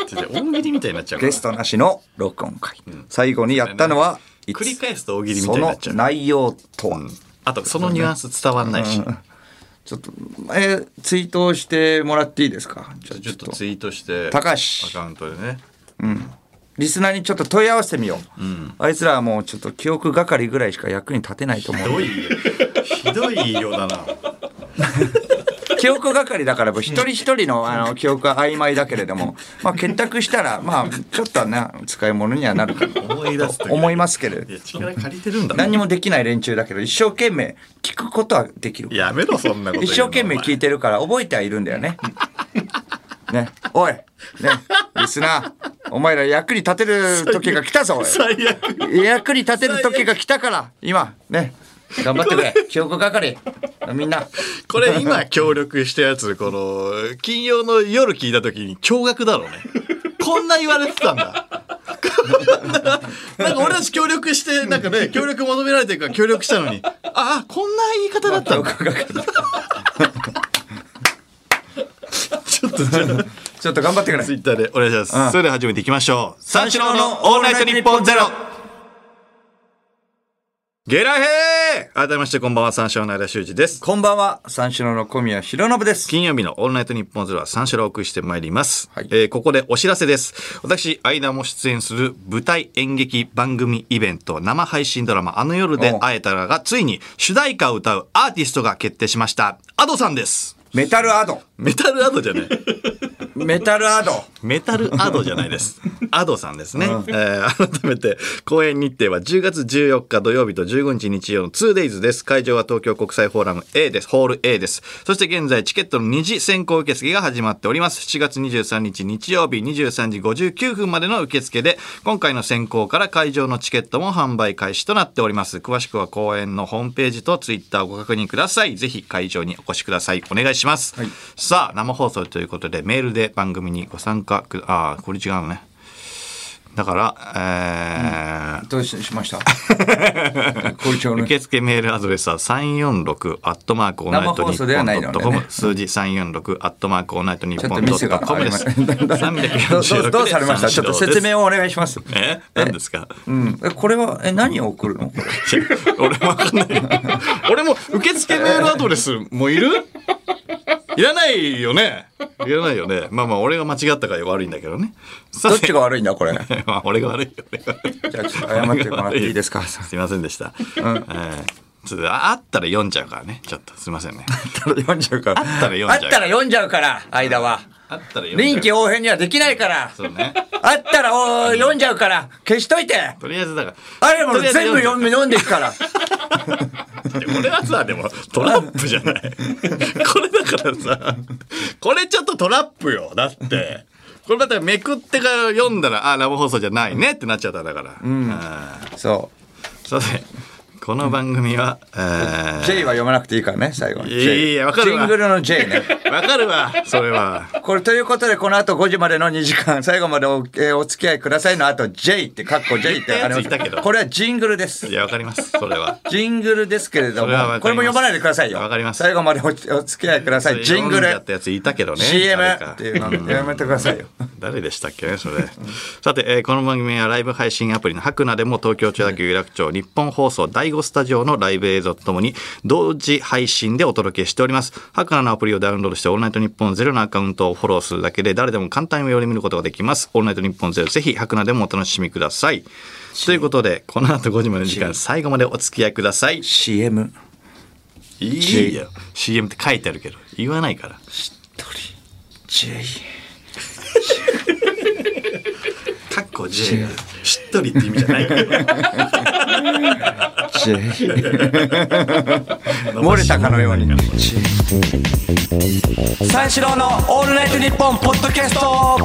Speaker 2: ょ
Speaker 1: ちょちょ大喜利みたいになっちゃう
Speaker 2: う
Speaker 1: か
Speaker 2: ゲ
Speaker 1: ら
Speaker 2: ストなしの録音会、最後にやったのはい
Speaker 1: 繰り
Speaker 2: つ
Speaker 1: 返すと大喜利みたい
Speaker 2: そ
Speaker 1: にな
Speaker 2: の
Speaker 1: っちゃう
Speaker 2: 内容とは、
Speaker 1: あとそのニュアンス伝わんないし、
Speaker 2: ちょっと、えーツイートをしてもらっていいですかじゃあ
Speaker 1: ち
Speaker 2: ちょ
Speaker 1: ょ
Speaker 2: っ
Speaker 1: っ
Speaker 2: と
Speaker 1: とツイートして
Speaker 2: 高
Speaker 1: ア
Speaker 2: 橋
Speaker 1: カウントでね
Speaker 2: リスナーにちょっと問い合わせてみよう、あいつらはもうちょっと記憶係ぐらいしか役に立てないと思
Speaker 1: ひど
Speaker 2: う
Speaker 1: いひどいようだな
Speaker 2: 記憶係だからもう一人一人のあの記憶は曖昧だけれども、まあ、結託したらまあちょっとはな使い物にはなるかな
Speaker 1: 思い出す
Speaker 2: と思いますすけれど
Speaker 1: いや力借りてるんだ
Speaker 2: 何にもできない連中だけど一生懸命聞くことはできる
Speaker 1: やめろそんなこと
Speaker 2: 一生懸命聞い
Speaker 1: て
Speaker 2: てるから覚えてはいるんだよね。ね、おい、ね、リスナー、お前ら役に立てる時が来たぞ、おい
Speaker 1: 最悪
Speaker 2: 役に立てる時が来たから、今、ね、頑張ってくれ、記憶係、みんな、
Speaker 1: これ今協力したやつこの金曜の夜聞いた時に驚愕だろうねこんな言われてたんだ なんか俺たち協力してなんかね協力求められてるから協力したのにああこんな言い方だった
Speaker 2: 記
Speaker 1: の
Speaker 2: 憶係、
Speaker 1: ちょっとじゃあ
Speaker 2: ちょっと頑張ってくれ
Speaker 1: ツ。イッターでお願いします、
Speaker 2: うん
Speaker 1: それでは始めていきましょう三四郎のオールナイトニッポンゼロゲラヘー改めましてこんばんは三四郎の間修二です
Speaker 2: こんばんは、三四郎の小宮浩信です。
Speaker 1: 金曜日のオールナイトニッポンゼロは三四郎をお送りしてまいります、
Speaker 2: はい
Speaker 1: えーここでお知らせです私間も出演する舞台演劇番組イベント生配信ドラマあの夜で会えたらがついに主題歌を歌うアーティストが決定しましたアドさんです
Speaker 2: メタルアド、
Speaker 1: メタルアドじゃない
Speaker 2: メタルアド、
Speaker 1: メタルアドじゃない です。アドさんですね。えー改めて、公演日程は10月14日土曜日と15日日曜の 2days です。会場は東京国際フォーラム A です。ホール A です。そして現在、チケットの二次選考受付が始まっております。7月23日日曜日23時59分までの受付で、今回の選考から会場のチケットも販売開始となっております。詳しくは公演のホームページと Twitter をご確認ください。ぜひ会場にお越しください。お願いします。さあ、生放送ということで、メールで番組にご参加く、ああ、これ違うのね。だから、えー
Speaker 2: どうししました 校長の
Speaker 1: 受付メールアドレスは346アットマークオーナイトニ
Speaker 2: 生放送ではな
Speaker 1: ッ
Speaker 2: いの
Speaker 1: ポン
Speaker 2: で
Speaker 1: ド
Speaker 2: ね
Speaker 1: ットコム数字346アットマークオールナイトニッ
Speaker 2: ちょっ
Speaker 1: ポ
Speaker 2: と
Speaker 1: ン
Speaker 2: ミ
Speaker 1: ド
Speaker 2: ス
Speaker 1: ット
Speaker 2: が
Speaker 1: コ
Speaker 2: あ
Speaker 1: ムで
Speaker 2: りまし
Speaker 1: す
Speaker 2: た。ど
Speaker 1: 346
Speaker 2: どどうされましたちょっと説
Speaker 1: を
Speaker 2: 明をお願いします。
Speaker 1: え何ですか
Speaker 2: うん、えこれはえ何を送るのこれ
Speaker 1: 俺もわかんない。俺も受付メールアドレスもういるいらないよね。いらないよね。まあまあ俺が間違ったから悪いんだけどね。さ
Speaker 2: どってちが悪いんだこれじ
Speaker 1: まあ俺が悪いよね。
Speaker 2: ゃあちょっと謝ってもらっていいですか
Speaker 1: すいませんでした。えーちょっとああったら読んじゃうからね。ちょっとすいませんね。
Speaker 2: たら読んじゃうから。あ
Speaker 1: ったら読んじゃう
Speaker 2: あったら読んじゃうから、間は。
Speaker 1: あったら読んじゃう。
Speaker 2: 臨機応変にはできないから。
Speaker 1: そうね。
Speaker 2: あったらお読んじゃうから、消しといて。
Speaker 1: とりあえずだから。
Speaker 2: あれもう
Speaker 1: とりあえず
Speaker 2: 全部読んで読んでいくから。
Speaker 1: 俺はさでもトラップじゃないこれだからさこれちょっとトラップよだってこれだったらめくってから読んだらあ生放送じゃないねってなっちゃったんだから、うん、
Speaker 2: そ
Speaker 1: さてこの番組は、
Speaker 2: う。
Speaker 1: え
Speaker 2: J は読まなくていいからね、最後に。
Speaker 1: いやいやわかるわ
Speaker 2: ジングルの J ね。
Speaker 1: ーわかるわそれは
Speaker 2: これということで、この後5時までの2時間、最後までお,、えーお付き合いくださいの後、J って、カッコ J ってありま
Speaker 1: 言ったやついたけど
Speaker 2: す。これはジングルです
Speaker 1: い。やわかりますそれは
Speaker 2: ジングルですけれど
Speaker 1: それはわかります
Speaker 2: も、これも読まないでくださいよ。
Speaker 1: わかります
Speaker 2: 最後までおお付き合いください。ジング
Speaker 1: 読んじゃ
Speaker 2: ル
Speaker 1: っ、たやついたけどね
Speaker 2: CM
Speaker 1: 誰か
Speaker 2: っていうのやめてくだ さいよ。
Speaker 1: 誰でしたっけねそれさて、えーこの番組はライブ配信アプリの「ハクナでも東京千代田区有楽町日本放送第5スタジオのライブ映像とともに同時配信でお届けしておりますハクナのアプリをダウンロードして「オールナイトニッポンゼロのアカウントをフォローするだけで誰でも簡単により見ることができます「オールナイトニッポンゼロぜひハクナでもお楽しみくださいということでこの後5時までの時間最後までお付き合いください
Speaker 2: CM。
Speaker 1: いいよ CM って書いてあるけど言わないから
Speaker 2: 一人 J。
Speaker 1: かっこ J がしっとりって意味じゃないから
Speaker 2: J。漏れたかのよう に。三四郎のオールナイトニッポンポッドキャスト。